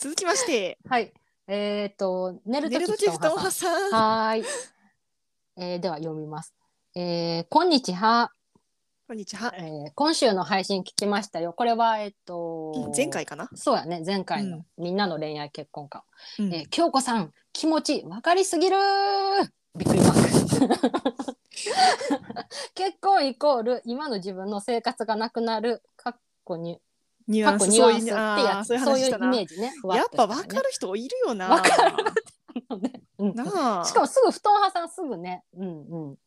S2: 続きまして、
S1: はい。えっ、と、寝る
S2: 寝
S1: と
S2: る
S1: き
S2: とき布
S1: 布団
S2: 団
S1: を
S2: を
S1: 挟
S2: 挟
S1: む
S2: ん。
S1: はーい。えーでは読みます。えーこんにちは、
S2: こんにちは
S1: え。ー今週の配信聞きましたよ。これは、えっ、と、
S2: 前。回かな。
S1: そうやね、前回の、
S2: う
S1: みんなの恋愛結婚観。
S2: うん
S1: えー京子さん、気持ちわかりす ぎるびっくりマーク。結婚イコール今の自分の生活がなくなる、かっこに、
S2: ニュ
S1: か
S2: ア
S1: っ
S2: ン
S1: こ
S2: ス
S1: ニュ
S2: そう
S1: ア
S2: い
S1: ンス
S2: う
S1: って
S2: あ
S1: や
S2: ー
S1: つ、
S2: そういう
S1: そう
S2: 話
S1: い
S2: し
S1: う
S2: た
S1: イ
S2: な。
S1: メ
S2: や
S1: ージね。
S2: っぱ分か
S1: る。
S2: る人いるよな。
S1: わかうん
S2: なあ。
S1: しかもすぐ布団さんすぐね、うんうん、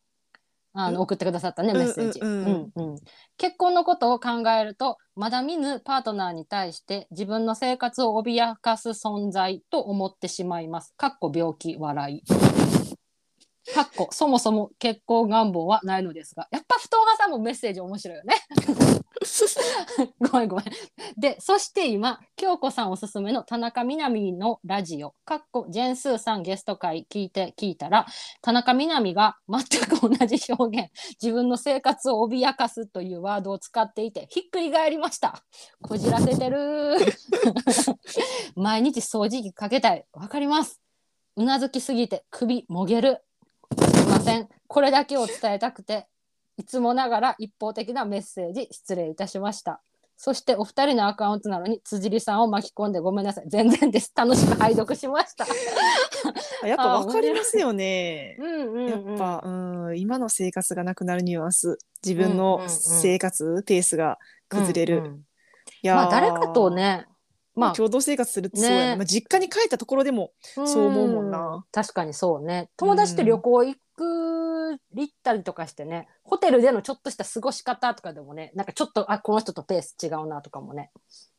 S1: あの
S2: うん
S1: 送ってくださったね
S2: うん
S1: メ
S2: うん
S1: ッセージ、
S2: うん
S1: うんうん結婚のことを考えるとまだ見ぬパートナーに対して自分の生活を脅かす存在と思ってしまいます。かっこ病気笑いかっこそもそも結婚願望はないのですがやっぱ布団挟むメッセージ面白い よねごめんごめんでそして今京子さんおすすめの田中みな実のラジオかっこジェンスーさんゲスト会聞いて聞いたら田中みな実が全く同じ表現自分の生活を脅かすというワードを使っていてひっくり返りましたこじらせてる ー毎日掃除機かけたいわかりますうなずきすぎて首もげるすいませんこれだけを伝えたくていつもながら一方的なメッセージ失礼いたしましたそしてお二人のアカウントなのに辻里さんを巻き込んでごめんなさい全然です楽しく拝読しました
S2: やっぱわかりますよね。
S1: うんうん、
S2: やっぱ、うん、今の生活がなくなるニュアンス、自分の生活、ペースが崩れる。
S1: うんうん
S2: いやー
S1: まあ誰かと、ねまあ
S2: 共同生活するってそうやな、
S1: ね
S2: まあ、実家に帰ったところでもそう思うもんな。
S1: 確かにそうね友達と旅行行く、行ったりとかしてねホテルでのちょっとした過ごし方とかでもねなんかちょっとあこの人とペース違うなとかもね、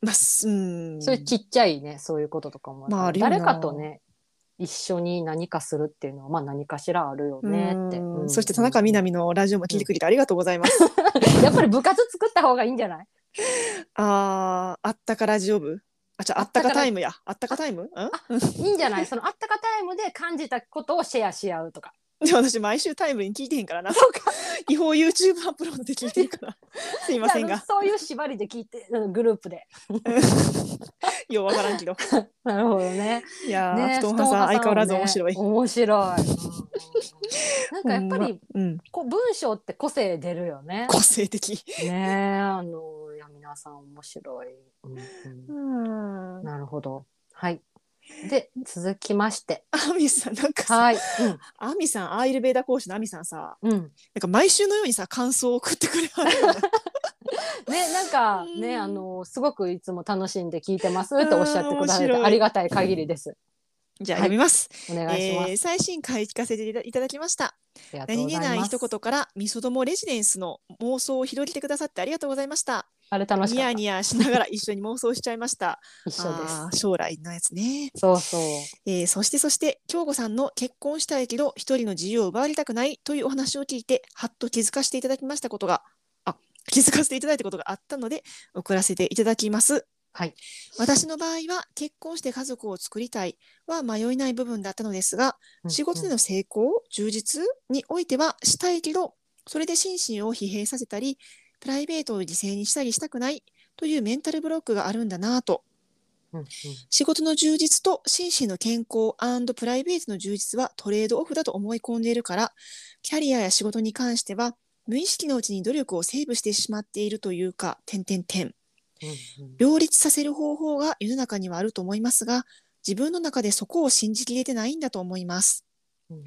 S2: まあ、すうん。
S1: そういうちっちゃいねそういうこととかも、
S2: まああるよな
S1: 誰かとね一緒に何かするっていうのはまあ何かしらあるよねって、
S2: う
S1: うん
S2: んそして田中みな実のラジオも聞いてくれてありがとうございます。
S1: やっぱり部活作った方がいいんじゃない
S2: あーあったかラジオ部あじゃああったかタイムやあ ったかタイムん
S1: いいんじゃないそのあったかタイムで感じたことをシェアし合うとか
S2: で私毎週タイムに聞いてへ んからな
S1: そうか
S2: 違法 YouTube アップロードで聞いてるからすいません
S1: じゃあ
S2: が
S1: そういう縛りで聞いてうんグループで
S2: ようわからんけど
S1: なるほどね
S2: いやー、
S1: ね、
S2: 布団派さん相変わらず面 白い、
S1: 面白い。うんなんかやっぱり
S2: うん、
S1: こう文章って個性出るよね。
S2: 個性的
S1: ねえあのいや皆さん面白い、うんうん
S2: うん
S1: なるほど。はい。で続きまして。
S2: アミさんなんかさ
S1: はい。
S2: アミさんアーユルベーダ講師のアミさんさ
S1: うん。うん。
S2: なんか毎週のようにさ感想を送ってくれは るよね
S1: ねなんか
S2: うん
S1: ねあのすごくいつも楽しんで聞いてますっておっしゃってくださっ
S2: うん面
S1: て
S2: 白い
S1: ありがたい限りです。
S2: じゃあ読みます、
S1: お願いしま
S2: えー最新回聞かせていたいただきました
S1: す。ありがとう
S2: 何
S1: ご
S2: 気
S1: ざ
S2: ないい
S1: ます
S2: 一。言からみそどもレジデンスの妄想を広げてくださってありがとうございました
S1: あれ楽し
S2: ニ
S1: かっ
S2: ヤ
S1: た。
S2: ニヤしながら一緒に妄想しちゃいました。
S1: 一緒で
S2: あ
S1: す。
S2: ー将来のやつね、
S1: そうそう。
S2: えーそしてそして、京子さんの結婚したいけど、一人の自由を奪われたくないというお話を聞いて、はっと気づかせていただきましたことが、あ、気づかせていただいたことがあったので、送らせていただきます。
S1: はい。
S2: 私の場合は、結婚して家族を作りたいは迷いない部分だったのですが、仕事での成功、充実においてはしたいけど、それで心身を疲弊させたり、プライベートを犠牲にしたりしたくないというメンタルブロックがあるんだなぁと。
S1: うんうん
S2: 仕事の充実と心身の健康プライベートの充実はトレードオフだと思い込んでいるから、キャリアや仕事に関しては、無意識のうちに努力をセーブしてしまっているというか、点々点。
S1: うんうん
S2: 両立させる方法が世の中にはあると思いますが、自分の中でそこを信じきれてないんだと思います。
S1: うん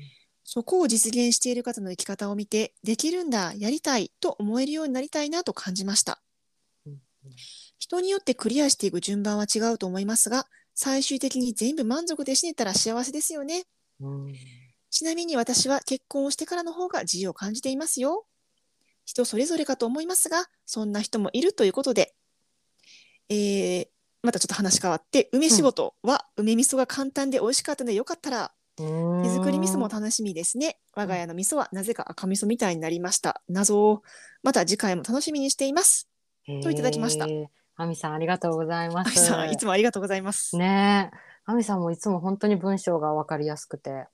S2: そこを実現している方の生き方を見て、できるんだ、やりたいと思えるようになりたいなと感じました
S1: うんうん。
S2: 人によってクリアしていく順番は違うと思いますが、最終的に全部満足で死ねたら幸せですよね。
S1: うん
S2: ちなみに私は結婚をしてからの方が自由を感じていますよ。人それぞれかと思いますが、そんな人もいるということで、えーまたちょっと話変わって、梅仕事は梅味噌が簡単で美味しかったのでよかったら手
S1: 手
S2: 作り味噌も楽しみですね。我が家の味噌はなぜか赤味噌みたいになりました。謎をまた次回も楽しみにしています。といただきました
S1: へー。あみさんありがとうございま
S2: あい
S1: す。
S2: さん、いつもありがとうございます。
S1: ねえ、あみさんもいつも本当に文章がわかりやすくて、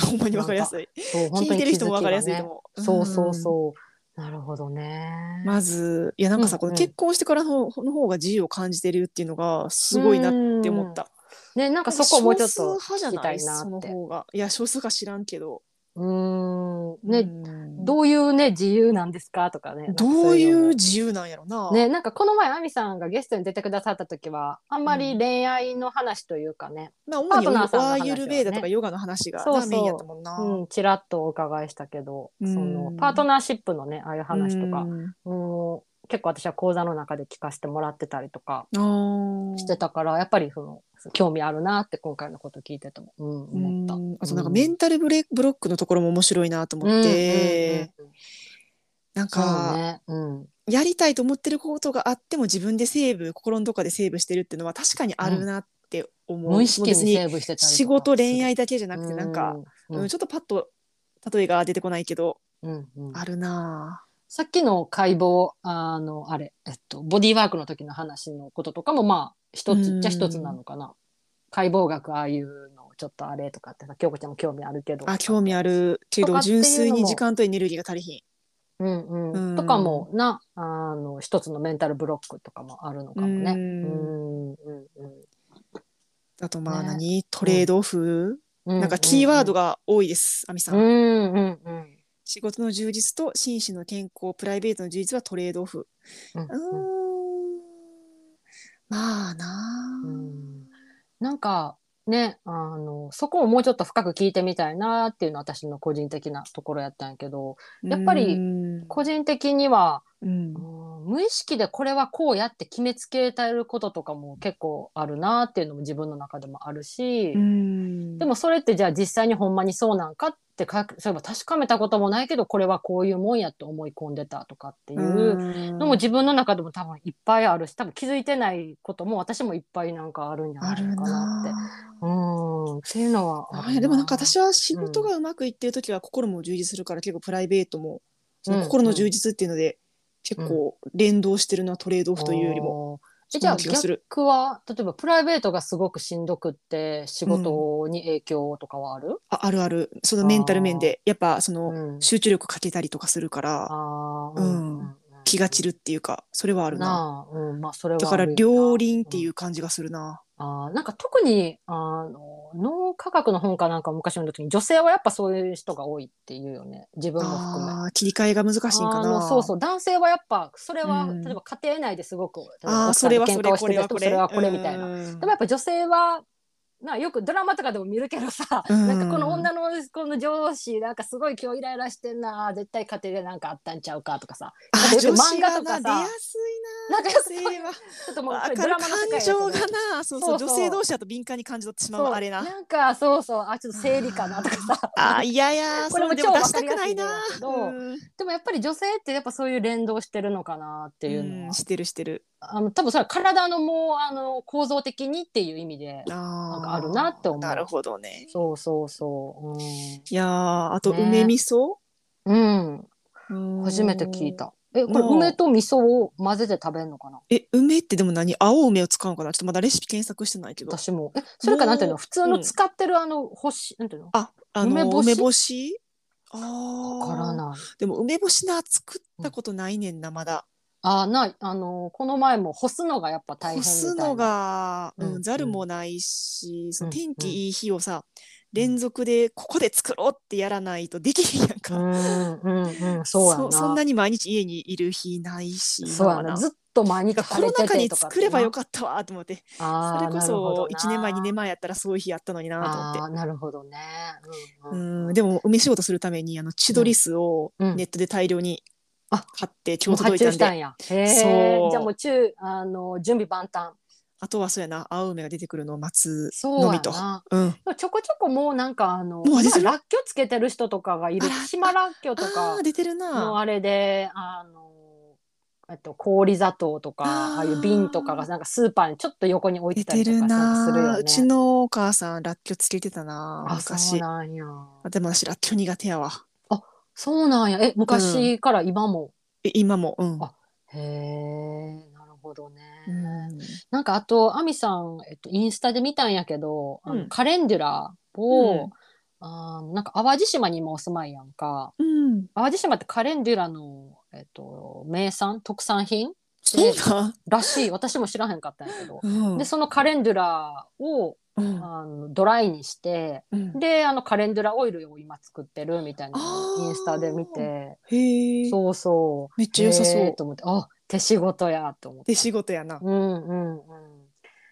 S2: ほんまにわかりやすい。
S1: そう本
S2: 聞
S1: 当
S2: い
S1: に気
S2: てる
S1: づき
S2: 人もわか
S1: が
S2: りやすいと
S1: ね。
S2: 思う。
S1: そうそう
S2: うん。
S1: そう。なるほどね。
S2: まず、いや、なんかさ、
S1: うんうん
S2: この結婚してからのの方が自由を感じてるっていうのがすごいなって思った。
S1: うん。ね、なんかそこもうちょっと聞きたいな
S2: そ
S1: っ
S2: の
S1: て。
S2: 方が。いや、少数か知らんけど。
S1: うーん。
S2: う
S1: ね、
S2: ん
S1: どういうね自由なんですかとかね。なんか
S2: どうい
S1: のも
S2: う自由なんやろな。
S1: ね、なんかこの前あみさんがゲストに出てくださった時はあんまり恋愛の話というかね、
S2: まあ、主に
S1: パートナ
S2: ワ
S1: ーさんの話はね
S2: ーユルベーダとかヨガの話が
S1: そう
S2: ラ
S1: そう
S2: ーメンやったもんな。
S1: うん、ちらっとお伺いしたけど、
S2: うん
S1: そのパートナーシップのねああいう話とか、
S2: うん
S1: うん、結構私は講座の中で聞かせてもらってたりとか
S2: あー
S1: してたからやっぱりその興味あるなって今回のこと聞いてても、うん、思った。
S2: うんあとなんかメンタルブレブロックのところも面白いなと思
S1: うんうんう
S2: って、
S1: んうん
S2: なん
S1: そう
S2: か、
S1: ね、うん、
S2: やりたいと思ってることがあっても自分でセーブ心のどこかでセーブしてるっていうのは確かにあるなって思う、
S1: 無意識に
S2: 別に
S1: セーブしてたりとか
S2: 仕事恋愛だけじゃなくてなんか、
S1: う
S2: うんちょっとパッと例えが出てこないけど、
S1: うんうん、
S2: あるな
S1: さっきの解剖あのあれ、えっと、ボディーワークの時の話のこととかもまあ一つっちゃ一つなのかな解剖学ああいうのちょっとあれとかってさ京子ちゃんも興味あるけど
S2: あ。あ、興味あるけ
S1: と
S2: ど
S1: かっていうの
S2: 純
S1: も
S2: 粋に時間とエネルギーが足りひん。
S1: うんうん
S2: うん
S1: とかもなあの一つのメンタルブロックとかもあるのかもね。
S2: う
S1: うんんうんうん
S2: あとまあ
S1: ね
S2: 何、トレードオフ、
S1: うん
S2: なんかキーワード
S1: が。
S2: が多いです、アミさ。
S1: うんんうんうん
S2: 仕事の充実と心身の健康、プライベートの充実はトレードオフ。
S1: うん
S2: うー
S1: うん
S2: ん。まあなあ、
S1: うんなんかねあのそこをもうちょっと深く聞いてみたいなっていうのは私の個人的なところやったんやけどやっぱり
S2: うん
S1: 個人的には、
S2: うん
S1: うん無意識でこれはこうやって決めつけたえることとかも結構あるなっていうのも自分の中でもあるし、
S2: うん
S1: でもそれってじゃあ実際にほんまにそうなんかってかそういえば確かめたこともないけどこれはこういうもんやって思い込んでたとかっていううんのも自分の中でも多分いっぱいあるし多分気づいてないことも私もいっぱいなんかあるんじゃ
S2: あ
S1: ない
S2: る
S1: のかなって。
S2: なあ
S1: うんっていうのは
S2: あいやでもなんか私
S1: は
S2: は仕事がうまくいってる時は心も充実するから結構プライベートもそ
S1: うん
S2: の心の充実っていうので結構連動してるなトレードオフというより
S1: も。
S2: も。
S1: え
S2: そん
S1: じゃ
S2: な
S1: あ
S2: 気がする
S1: 逆は例えばプライベートがすごくしんどくって仕事に影響とかはある、
S2: ああるあるそのメンタル面でやっぱそうの
S1: ん
S2: 集中力かけたりとかするから
S1: あー
S2: うん気が散るっていうかそれはあるな。
S1: なあ、うんまあ、それは
S2: だから両輪って
S1: う
S2: い
S1: ん
S2: う感じがするな。
S1: あーなんか特にあの脳科学の本かなんか昔の時に女性はやっぱそういう人が多いっていうよね自分も含め。
S2: ああ切り替えが難しいんか
S1: あ
S2: な。
S1: のそうそう男性はやっぱそれは、
S2: うん
S1: 例えば家庭内ですごく例えば
S2: ああ
S1: 奥
S2: そ
S1: さん
S2: れ
S1: と
S2: は
S1: 喧
S2: そ
S1: 嘩
S2: れ
S1: をして
S2: これ
S1: た
S2: は
S1: 人
S2: ことれ
S1: それはこれみたいな。
S2: うん
S1: でもやっぱ女性はなよくドラマとかでも見るけどさ、
S2: うん
S1: なんかこの女のこの上司なんかすごい今日イライラしてんな絶対家庭でなんかあったんちゃうかとかさ
S2: あ
S1: なんかよ
S2: 女
S1: く
S2: 子
S1: 漫画
S2: は
S1: とかさ
S2: な出やすい
S1: な
S2: な。
S1: んかそう
S2: 女性は
S1: ちょっともう
S2: わ
S1: こ
S2: か
S1: れ
S2: る
S1: ドラマの世界
S2: 感
S1: やけど
S2: 情がなそうそ
S1: そううそう
S2: 女性同士だと敏感に感じ取ってしまう
S1: そう
S2: あれな
S1: なんかそうそうあちょっと生理かなとかさ
S2: あーいやいや
S1: これも
S2: そでも
S1: 超
S2: 出したくないな
S1: わかりやすいんだけど
S2: うん
S1: でもやっぱり女性ってやっぱそういう連動してるのかなっていうのは、
S2: うんしてるしてる
S1: あの多分それは体のもうあの構造的にっていう意味で
S2: なん
S1: かあるなって思う
S2: なるほどね
S1: そうそうそう
S2: いやーあと
S1: ね
S2: 梅味噌、
S1: うん、
S2: う
S1: うんん、初めて聞いたえこれ
S2: もう
S1: 梅と味噌を混ぜて食べるのかな
S2: え梅ってでも何青梅を使うのかなちょっとまだレシピ検索してないけど
S1: 私もえそれかなんていうの普通
S2: う
S1: の
S2: ん
S1: 使ってるあの星、なんていうの
S2: ああの梅
S1: 梅
S2: 干
S1: 干
S2: し
S1: し
S2: あー
S1: わからない
S2: でも梅干しな作ったことないねんなまだ、
S1: あないあのこの前も干すのがやっぱ大変
S2: 干
S1: みたいな
S2: すのが、う
S1: うん
S2: ん、ざるもないし、そ
S1: う
S2: の
S1: ん
S2: 天気いい日をさ、連続でここで作ろうってやらないとできへんやん
S1: う
S2: か、
S1: んうんうんそうやな
S2: そそんなに毎日家にいる日ないし
S1: そうや
S2: 今は
S1: なずっと毎日
S2: だから
S1: 晴れ
S2: コロナ
S1: て
S2: 禍
S1: て
S2: に
S1: とかって
S2: 作ればよ
S1: な
S2: かったわと思って
S1: あ
S2: それ
S1: ー
S2: こ
S1: なるほど
S2: そ
S1: な
S2: 1年前2年前やったらそういう日やったのになと思って
S1: あーなるほどね。うんうん
S2: うん、でも梅仕事するためにあの千鳥酢を
S1: うん
S2: ネットで大量に買
S1: あ
S2: って
S1: も
S2: 今
S1: う
S2: 日
S1: 発
S2: 届
S1: 注
S2: いたん
S1: し
S2: で、
S1: たんや。へ
S2: そう
S1: え。じゃあもう中あの準備万端。
S2: あとはそうやな青梅が出てくるのを待つ
S1: そう
S2: の
S1: や
S2: みと
S1: な。
S2: うん、
S1: でもちょこちょこもうなんかあの
S2: もう味する
S1: 今らっきょつけてる人とかがいる
S2: あら
S1: 島らっきょと
S2: あ
S1: か
S2: ー出てるな
S1: のあれであのえっと氷砂糖とか
S2: あー
S1: ああいう瓶とかがなんかスーパーにちょっと横に置い
S2: 出
S1: てたり
S2: て
S1: と
S2: る
S1: かなんかする
S2: な、
S1: よね。
S2: うちのお母さんらっきょつけてたな
S1: あそう
S2: 昔
S1: なんや。
S2: でも私らっきょ苦手やわ
S1: そうなんや。え昔から今も。
S2: え今もうん
S1: あへえ、なるほどね。
S2: うん
S1: なんかあと、アミさん、えっと、インスタで見たんやけど、あ
S2: うん
S1: のカレンデュラ
S2: うん
S1: を、あーなんか淡路島に今お住まいやんか。
S2: うん
S1: 淡路島ってカレンデュラの、えっと、名産、特産品
S2: そうだ、
S1: らしい。私も知らへんかったんやけど。
S2: うん
S1: で、そのカレンデュラを
S2: うん
S1: あのドライにして、
S2: うん
S1: で、あのカレンデュラオイルを今作ってるみたいなのを
S2: あー
S1: インスタで見て、
S2: へえ
S1: そうそう。
S2: めっちゃ良さそう
S1: へーと思って、あ、手仕事やと思って。
S2: で仕事やな
S1: うんうんうん。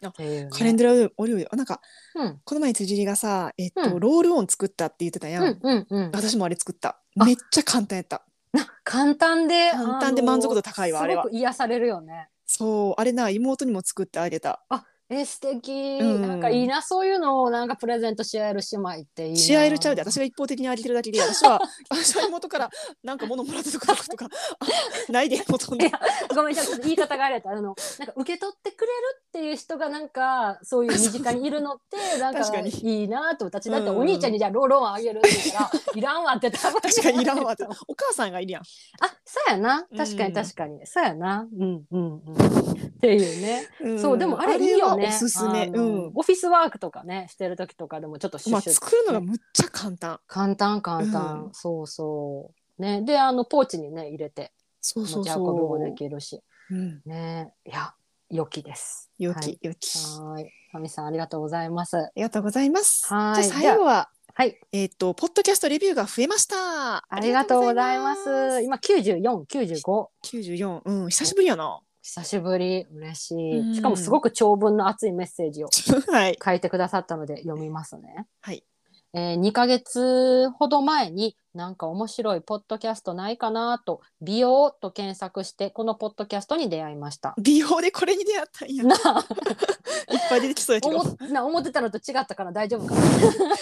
S2: あ
S1: っていうね
S2: カレンデュラお料理あなんか
S1: うん
S2: この前辻りがさ、えっと
S1: うん
S2: ロールオン作ったって言ってたやん、
S1: うんうんうん。
S2: 私もあれ作った
S1: あ
S2: めっちゃ簡単やった
S1: な簡単で
S2: 簡単で
S1: あの
S2: 満足度高いわあれは
S1: すごく癒されるよね。
S2: そうあれな妹にも作ってあげた
S1: あえ素敵、
S2: うん
S1: なんかいいなそういうのをなんかプレゼントし合える姉妹っていいな
S2: 試合入れちゃうで私が一方的にありてる だけで私は私は妹からなんか物もらったとかとかあないで ほとんど
S1: いやごめんちょっと言い方があれやったあのなんか受け取ってくれるっていう人がなんかそういう身近にいるのって なんか
S2: 確かに
S1: いいなと思った私だって
S2: うん
S1: お兄ちゃんにじゃあローローンあげるって言ったらいらんわって確
S2: 確かにいらんわってお母さんがいるやん
S1: あそうやな確か
S2: うん
S1: に確かに、そうやなうんうんうんっていうね、そうでもあれいいよね
S2: あれはおすすめ
S1: あ
S2: う
S1: の
S2: ん
S1: オフィスワークとかねしてる時とかでもちょっとシュ
S2: まあ
S1: ッシュッ
S2: 作るのがむっちゃ簡単
S1: 簡単簡単、
S2: うん
S1: そうそうねであのポーチにね入れて
S2: そうそ
S1: 持
S2: う
S1: ち運びもで
S2: そ
S1: きるし
S2: う、うん、
S1: ねいや良きです
S2: よ
S1: はい
S2: きよきあ
S1: はーい。神さん、ありがとうございます。
S2: りがとうございますじゃ
S1: は
S2: あ
S1: い
S2: 最後は
S1: はい。
S2: えっとポッドキャストレビューが増えました
S1: ありがとうございます。
S2: あり
S1: 今、
S2: が
S1: 94、95。
S2: とうございます94うん久しぶりやな
S1: 久しぶり、嬉し
S2: うん
S1: い。しかも、すごく長文の熱いメッセージを
S2: はい
S1: 書いてくださったので、読みますね。
S2: はい。
S1: えー、2ヶ月ほど前になんか面白いポッドキャストないかなと美容と検索してこのポッドキャストに出会いま した。
S2: 美容でこれに出会ったんやいっ
S1: なあ
S2: ぱい出てきそうやけど
S1: 思っな思ってたのと違ったから大丈夫かな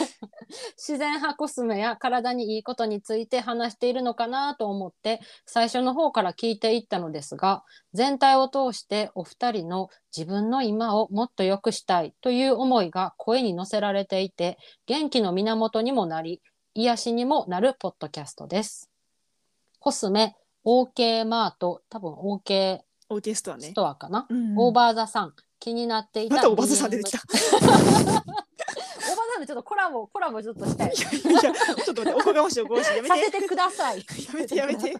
S1: 自然派コスメや体にいいことについて話しているのかなと思って最初の方から聞いていったのですが全体を通してお二人の自分の今をもっと良くしたいという思いが声に乗せられていて元気の源にもなり癒しにもなるポッドキャストです。コスメ OK マート多分 OK
S2: オーケストラね
S1: ストアかな、
S2: うん
S1: オーバーザさん気になっていた
S2: またおばずさ
S1: DM
S2: ん出てきた。
S1: おばさんでちょっとコラボコラボちょっとしたい。
S2: いやいや、ちょっと待って、おこがましい、おこがましい、やめ
S1: さ
S2: て
S1: せ。てくださ い。
S2: やめて、やめて。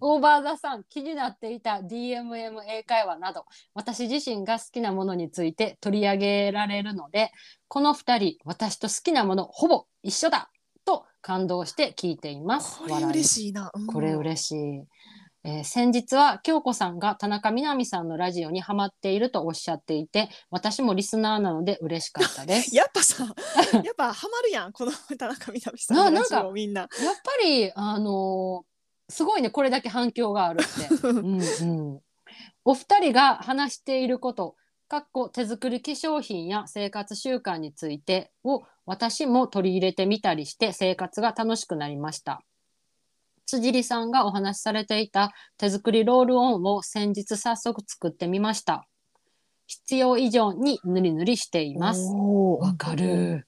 S1: オーバーザさん気になっていた DMM 英会話など私自身が好きなものについて取り上げられるのでこの2人私と好きなものほぼ一緒だと感動して聞いています。
S2: これ
S1: 笑い
S2: 嬉しいな。うん
S1: これ嬉しい。えー先日は京子さんが田中みな実さんのラジオにハマっているとおっしゃっていて私もリスナーなので嬉しかった です。
S2: やっぱ さ、やっぱハマるやん、この田中みな
S1: あ
S2: 実さんの
S1: なん
S2: ラ
S1: か
S2: ジオみんな。
S1: やっぱりあのーすごいねこれだけ反響がある って。うんうん、お二人が話していることかっこ手作り化粧品や生活習慣についてを私も取り入れてみたりして生活が楽しくなりました。辻里さんがお話しされていた手作りロールオンを先日早速作ってみました。必要以上にぬりぬりしています。
S2: おー
S1: わか。る。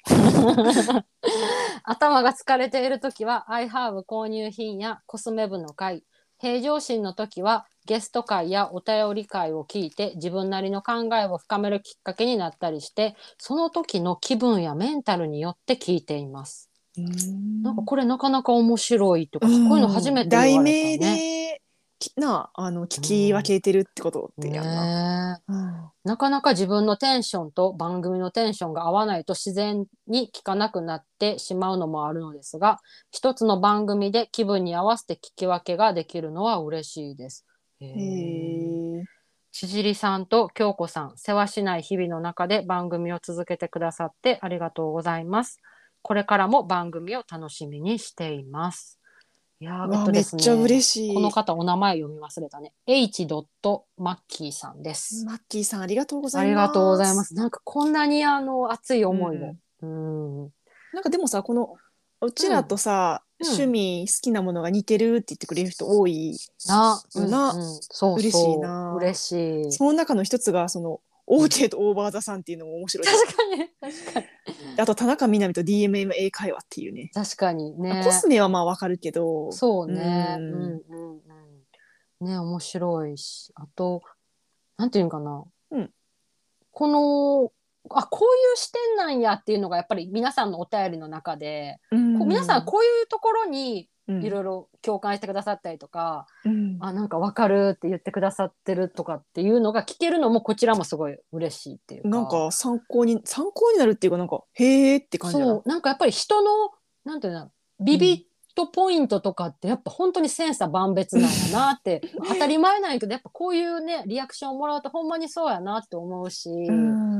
S1: 頭が疲れている時は iHerb 購入品やコスメ部の会平常心の時はゲスト会やお便り会を聞いて自分なりの考えを深めるきっかけになったりしてその時の気分やメンタルによって聞いています。
S2: な
S1: なんかこれなかなか面白いとか、こういうの初めて言われ
S2: 題名
S1: たね。
S2: で、きなあ、あの、聞き分けてるってことってやんな。
S1: ねえ
S2: うん
S1: なかなか自分のテンションと番組のテンションが合わないと自然に聞かなくなってしまうのもあるのですが、一つの番組で気分に合わせて聞き分けができるのは嬉しいです。
S2: へー
S1: 千々里さんと京子さん、世話しない日々の中で番組を続けてくださってありがとうございます。これからも番組を楽しみにしています。いや
S2: う
S1: ー、えっと
S2: わめ
S1: で
S2: っ
S1: すね
S2: ちゃ嬉しい。
S1: この方お名前読み忘れたね。H. マッキーさんです。
S2: マッキーさん、ありがとうござ
S1: あ
S2: い
S1: り
S2: ます。
S1: がとうございま。す。なんかこんなにあの熱い思い
S2: うん
S1: を。うん。
S2: なんかでもさこのうちらとさ、
S1: うん
S2: 趣味好きなものが似てるって言ってくれる人多い、
S1: な、
S2: うんな
S1: うんうんそうそう。
S2: 嬉しいな
S1: 嬉しい。
S2: その中の一つがその OK とオーバーザさんっていうのも面白いし
S1: 確かに。確かに。
S2: あと田中みな実と DMM 英会話っていうね
S1: 確かにね。
S2: コスメはまあわかるけど
S1: そうね。
S2: う
S1: うんんうんうん。ね、面白いし、あと、なんていうのかな。
S2: うん
S1: この。あこういう視点なんやっていうのがやっぱり皆さんのお便りの中で、こう皆さんこういうところに
S2: うん
S1: いろいろ共感してくださったりとか、
S2: うん
S1: あなんかわかるって言ってくださってるとかっていうのが聞けるのもこちらもすごい嬉しいっていうか
S2: なんか参考に参考になるっていうかなんかへーって感じだな
S1: そうなんかやっぱり人のなんていうのビビットポイントとかってやっぱ本当に千差万別なんやなって 当たり前なんやけどやっぱこういうねリアクションをもらうとほんまにそうやなって思うし、
S2: うん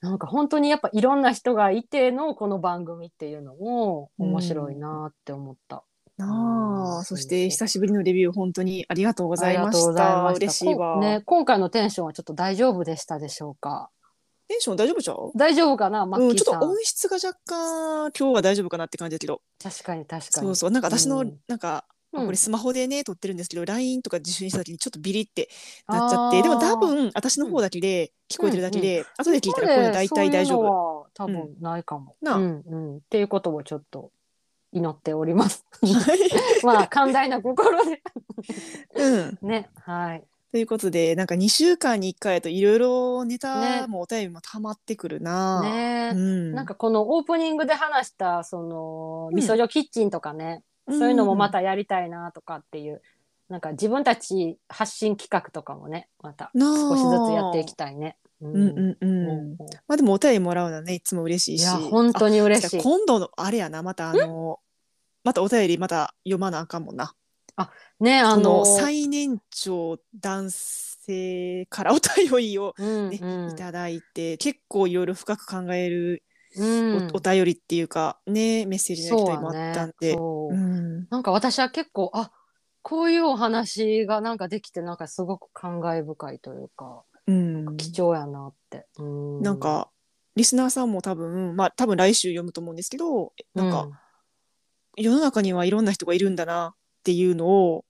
S1: なんか本当にやっぱいろんな人がいてのこの番組っていうのも面白いなって思った。
S2: な
S1: う
S2: あ
S1: ん
S2: そして久しぶりのレビュー本当にありがとうご
S1: ご
S2: ざいま
S1: あり
S2: した
S1: がとうございました
S2: 嬉しいわ、
S1: こんね、今回のテンションはちょっと大丈夫でしたでしょうか
S2: テンション大丈夫ちゃう
S1: 大丈夫かなマ
S2: う
S1: ッ
S2: ん、
S1: キ
S2: ち
S1: ー
S2: ょ
S1: さ
S2: っ
S1: ん、
S2: と音質が若干今日は大丈夫かなって感じだけど
S1: 確かに確か
S2: そ
S1: に
S2: うそうなんか私の、
S1: うん
S2: なんかあ
S1: うん
S2: これスマホでね撮ってるんですけど LINE とか自習した時にちょっとビリってなっちゃってでも多分私の方だけで聞こえてるだけで、後で聞いたらこれ大体大丈夫
S1: 夫多分ないかも、
S2: なあ
S1: うんうん、っていうことをちょっと祈っております。
S2: はい
S1: まあ寛大な心 で
S2: うん、
S1: ねはい
S2: ということでなんか2週間に1回やといろいろネタもお便りもたまってくるな、
S1: ね
S2: う、ん、
S1: なんかこのオープニングで話したその
S2: うん
S1: 味噌汁キッチンとかね、そういうのもまたやりたいなとかっていう、なんか自分たち発信企画とかもねまた
S2: なあ
S1: 少しずつやっていきたいね。う
S2: うんうんうん、
S1: うんうん
S2: まあでもお便りもらうのはねいつも嬉しい
S1: い
S2: し
S1: や本当に嬉し
S2: あ
S1: い。
S2: 今度のあれやなまたあのまたお便りまた読まなあかんもんな
S1: ねあ
S2: あ
S1: の
S2: の最年長男性からお便りを
S1: うん
S2: ね、
S1: うん
S2: いただいて結構いろいろ深く考えるお,、
S1: うん
S2: お便りっていうかねメッセージのやり取りもあったんで。
S1: そうう、
S2: ん
S1: なんか私は結構あこういうお話がなんかできてなんかすごく感慨深いというか
S2: うん
S1: 貴重やなって、うん
S2: なんかリスナーさんも多分まあ多分来週読むと思うんですけどなんか、世の中にはいろんな人がいるんだなっていうのを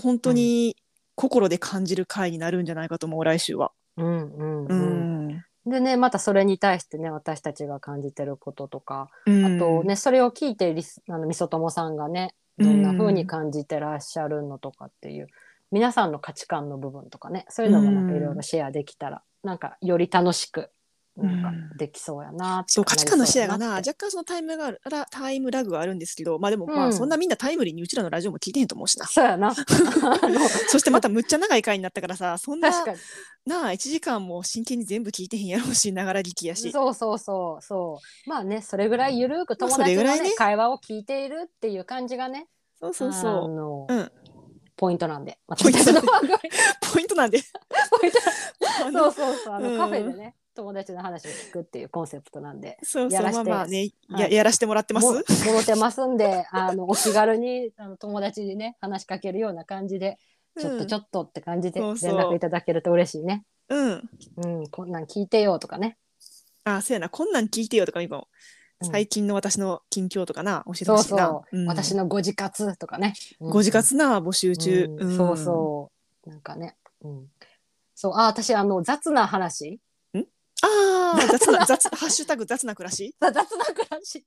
S2: 本当に心で感じる回になるんじゃないかと思う来週は。
S1: うんうんう
S2: うんん
S1: でねまたそれに対してね私たちが感じてることとか、
S2: あ
S1: あとねそれを聞いてリスあのみそともさんがねどんな風に感じてらっしゃるのとかっていう、皆さんの価値観の部分とかねそういうのもなんかいろいろシェアできたら、なんかより楽しくなんかできそうやなって
S2: そう価値観の視野がな
S1: なりそ
S2: 若干そのタイムがあるらタイムラグがあるんですけどまあでも
S1: うん
S2: まあそんなみんなタイムリーにうちらのラジオも聞いてへんと思うしな、
S1: うやなそうや なあの
S2: そしてまたむっちゃ長い回になったからさそんな
S1: 確かに
S2: なあ1時間も真剣に全部聞いてへんやろうしながら聞きやし
S1: そうそうそうそうまあねそれぐらいゆるく
S2: まあ
S1: 友達
S2: それぐ
S1: の、
S2: ら
S1: ね
S2: いね
S1: 会話を聞いているっていう感じがね
S2: そうそう
S1: あ
S2: そ
S1: の、
S2: う、うん、
S1: ポイントなんで
S2: ポイント
S1: 私の番組
S2: ポイントなんで
S1: ポイント
S2: あ
S1: そ
S2: の
S1: うそうそうあの、
S2: うん
S1: カフェでね友達の話を聞くっていうコンセプトなんで
S2: そうそ
S1: や
S2: う
S1: ら
S2: ま
S1: し
S2: あ
S1: て
S2: まあねや,、
S1: はい
S2: やらしてもらってます
S1: も戻ってますんであのお気軽にあの友達にね話しかけるような感じでちょっとちょ
S2: っ
S1: っとって感じで
S2: そ
S1: 連
S2: うそう
S1: 絡いただけると嬉しいね。
S2: とうん
S1: うん、こんなん聞いてよとかね。
S2: あそうやなこんなん聞いてよとか今
S1: うん
S2: 最近の私の近況とかな教えて
S1: そう
S2: ほしいな
S1: そう、
S2: ん
S1: 私のご自活とかね。うん
S2: ご自活な募集中、
S1: うんそうそうなんかね、うん、そうあ私あの雑な話
S2: ああ、雑な、 雑、ハッシュタグ雑な暮らし。
S1: ざ雑な暮ら し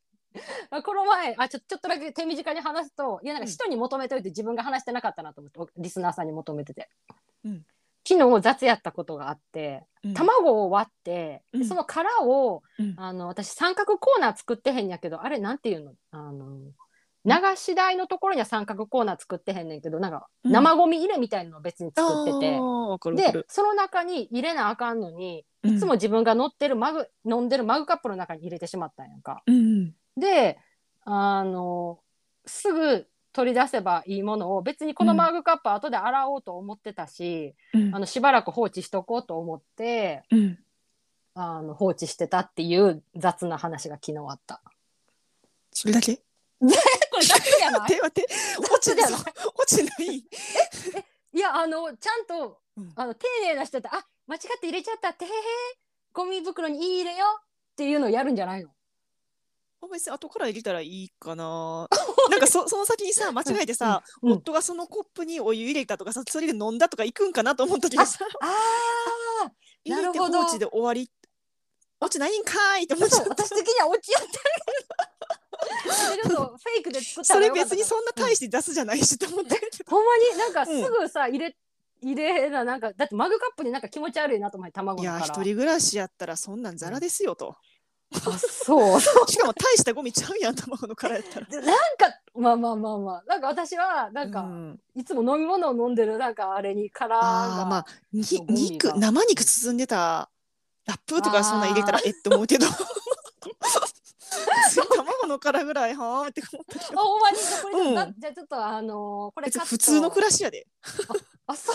S1: あこの前あちょちょっとだけ手短に話すといやなんか人に求めといて自分が話してなかったなと思っておリスナーさんに求めてて、
S2: うん
S1: 昨日雑やったことがあって
S2: うん、
S1: 卵を割って、で
S2: うん
S1: その殻を、
S2: うん
S1: あの私三角コーナー作ってへんやけどあれなんていうのあの流し台のところには三角コーナー作ってへんねんけどなんか
S2: うん
S1: 生ゴミ入れみたいなのを別に作ってて
S2: あ、ーわかるわか
S1: で
S2: る。
S1: その中に入れなあかんのに
S2: い
S1: いつも。自分が乗ってるマグ飲んでるマグカップの中に入れてしまったんやんか。
S2: うん。
S1: であのすぐ取り出せばいいものを別にこの
S2: うん
S1: マグカップは後で洗おうと思ってたし、
S2: うん
S1: あ。のしばらく放置しとこうと思って
S2: うん
S1: あの放置してたっていう雑な話が昨日あった。
S2: それだけ。
S1: これ雑じゃな
S2: 待
S1: い
S2: って、待って。落ち
S1: じ
S2: て
S1: ゃ
S2: ない
S1: ない。
S2: 落ちてない。
S1: いやあのちゃんと
S2: うん
S1: あの丁寧な人ってあ間違って入れちゃったってへへゴミ袋にいい入れよっていうのをやるんじゃないの
S2: あ別に後から入れたらいいか な。なんかそその先にさ間違えてさ、
S1: うんうん
S2: 夫がそのコップにお湯入れたとかさそれで飲んだとか行くんかなと思ったけどさ
S1: ああ
S2: 入れ
S1: なる
S2: て
S1: ほ
S2: 放
S1: ど
S2: 置で終わり落ちないんかーいって思っちゃ
S1: そう
S2: っ
S1: 私的には落ちやったけどちょっとフェイクで作った
S2: たそ
S1: ら
S2: れ
S1: よかった
S2: 別にそんな大して出すじゃないしと思って
S1: ほんまになんかすぐさ、入れ入れななんかだってマグカップになんか気持ち悪いなと思って卵
S2: い
S1: の
S2: や
S1: か
S2: ー
S1: ら
S2: 一人暮らしやったらそんなんザラですよと
S1: あそう
S2: しかも大したゴミちゃうやん卵の殻やったら。
S1: でなんかまあまあまあまあなんか私はなんか、
S2: うん
S1: いつも飲み物を飲んでるなんかあれに殻
S2: あ
S1: が
S2: あまあに
S1: ゴミが
S2: 肉生肉包んでたラップとかそんなん入れたらえっと思うけど 卵の殻ぐらいはーって思ったけ
S1: あ
S2: ど
S1: ほんまにじゃあこれちょっと、
S2: うん
S1: なじゃあちょっとあのーこれ
S2: 別
S1: カ
S2: に
S1: ット
S2: 普通の暮らしやで
S1: あそ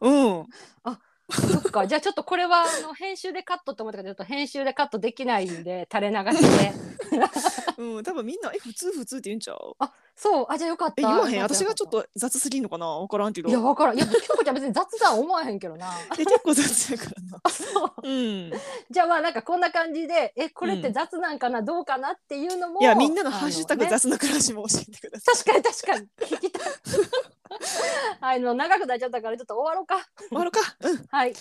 S1: う
S2: うん
S1: そっかじゃあちょっとこれはあの編集でカットって思ったけどちょっと編集でカットできないんで垂れ流しで
S2: うん、多分みんな、え、普通普通って言うんちゃう
S1: そうあじゃあよかった
S2: え、言わへん。
S1: よかた
S2: 私がちょっ
S1: よか
S2: と雑すぎんのかなわからんけ
S1: た
S2: ど。
S1: いやわからんいや京子ちゃん別に雑だ思わへんけどな
S2: え、結構雑やからな。うん。
S1: じゃあまあなんかこんな感じでえこれっ
S2: う
S1: て
S2: ん
S1: 雑なんかな、どうかなっていうのも
S2: いや、みんなのハッシュタ
S1: あ
S2: グ
S1: のね
S2: 雑な暮らしも教えてください。
S1: 確かに確かに聞きたい あの長くなっちゃったからちょっと終わろうか
S2: 終わろうか。うん。
S1: はい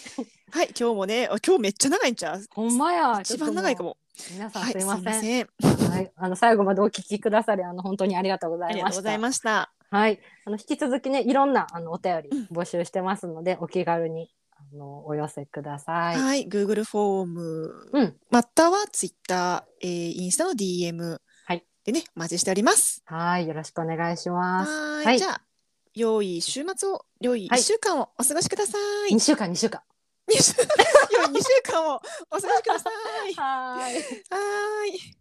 S2: はい、今日もね、あ今日めっちゃ長いんちゃう
S1: ほんまや
S2: 一番長いか
S1: も
S2: も。
S1: 皆さん
S2: はい、
S1: すいません,、はい、
S2: せん。
S1: あの最後までお聞きくださりあの本当にありがとうござ
S2: あ
S1: い
S2: りが
S1: ま
S2: と
S1: し
S2: うござ
S1: た
S2: いました。
S1: はいあの引き続きねいろんなあのお便り募集してますので、お気軽にあのお寄せください、
S2: はい、Google フォーム、
S1: うん
S2: または Twitter、えー、インスタの DM、
S1: はい
S2: でね、お待ちしております。
S1: はいよろしくお願いします
S2: はーい
S1: はい
S2: じゃあ、良い週末を、良い
S1: は
S2: 1
S1: い
S2: 週間をお過ごしください。
S1: 2週間2週間
S2: 良い2週間をお過ごしください。
S1: はーい
S2: はーい。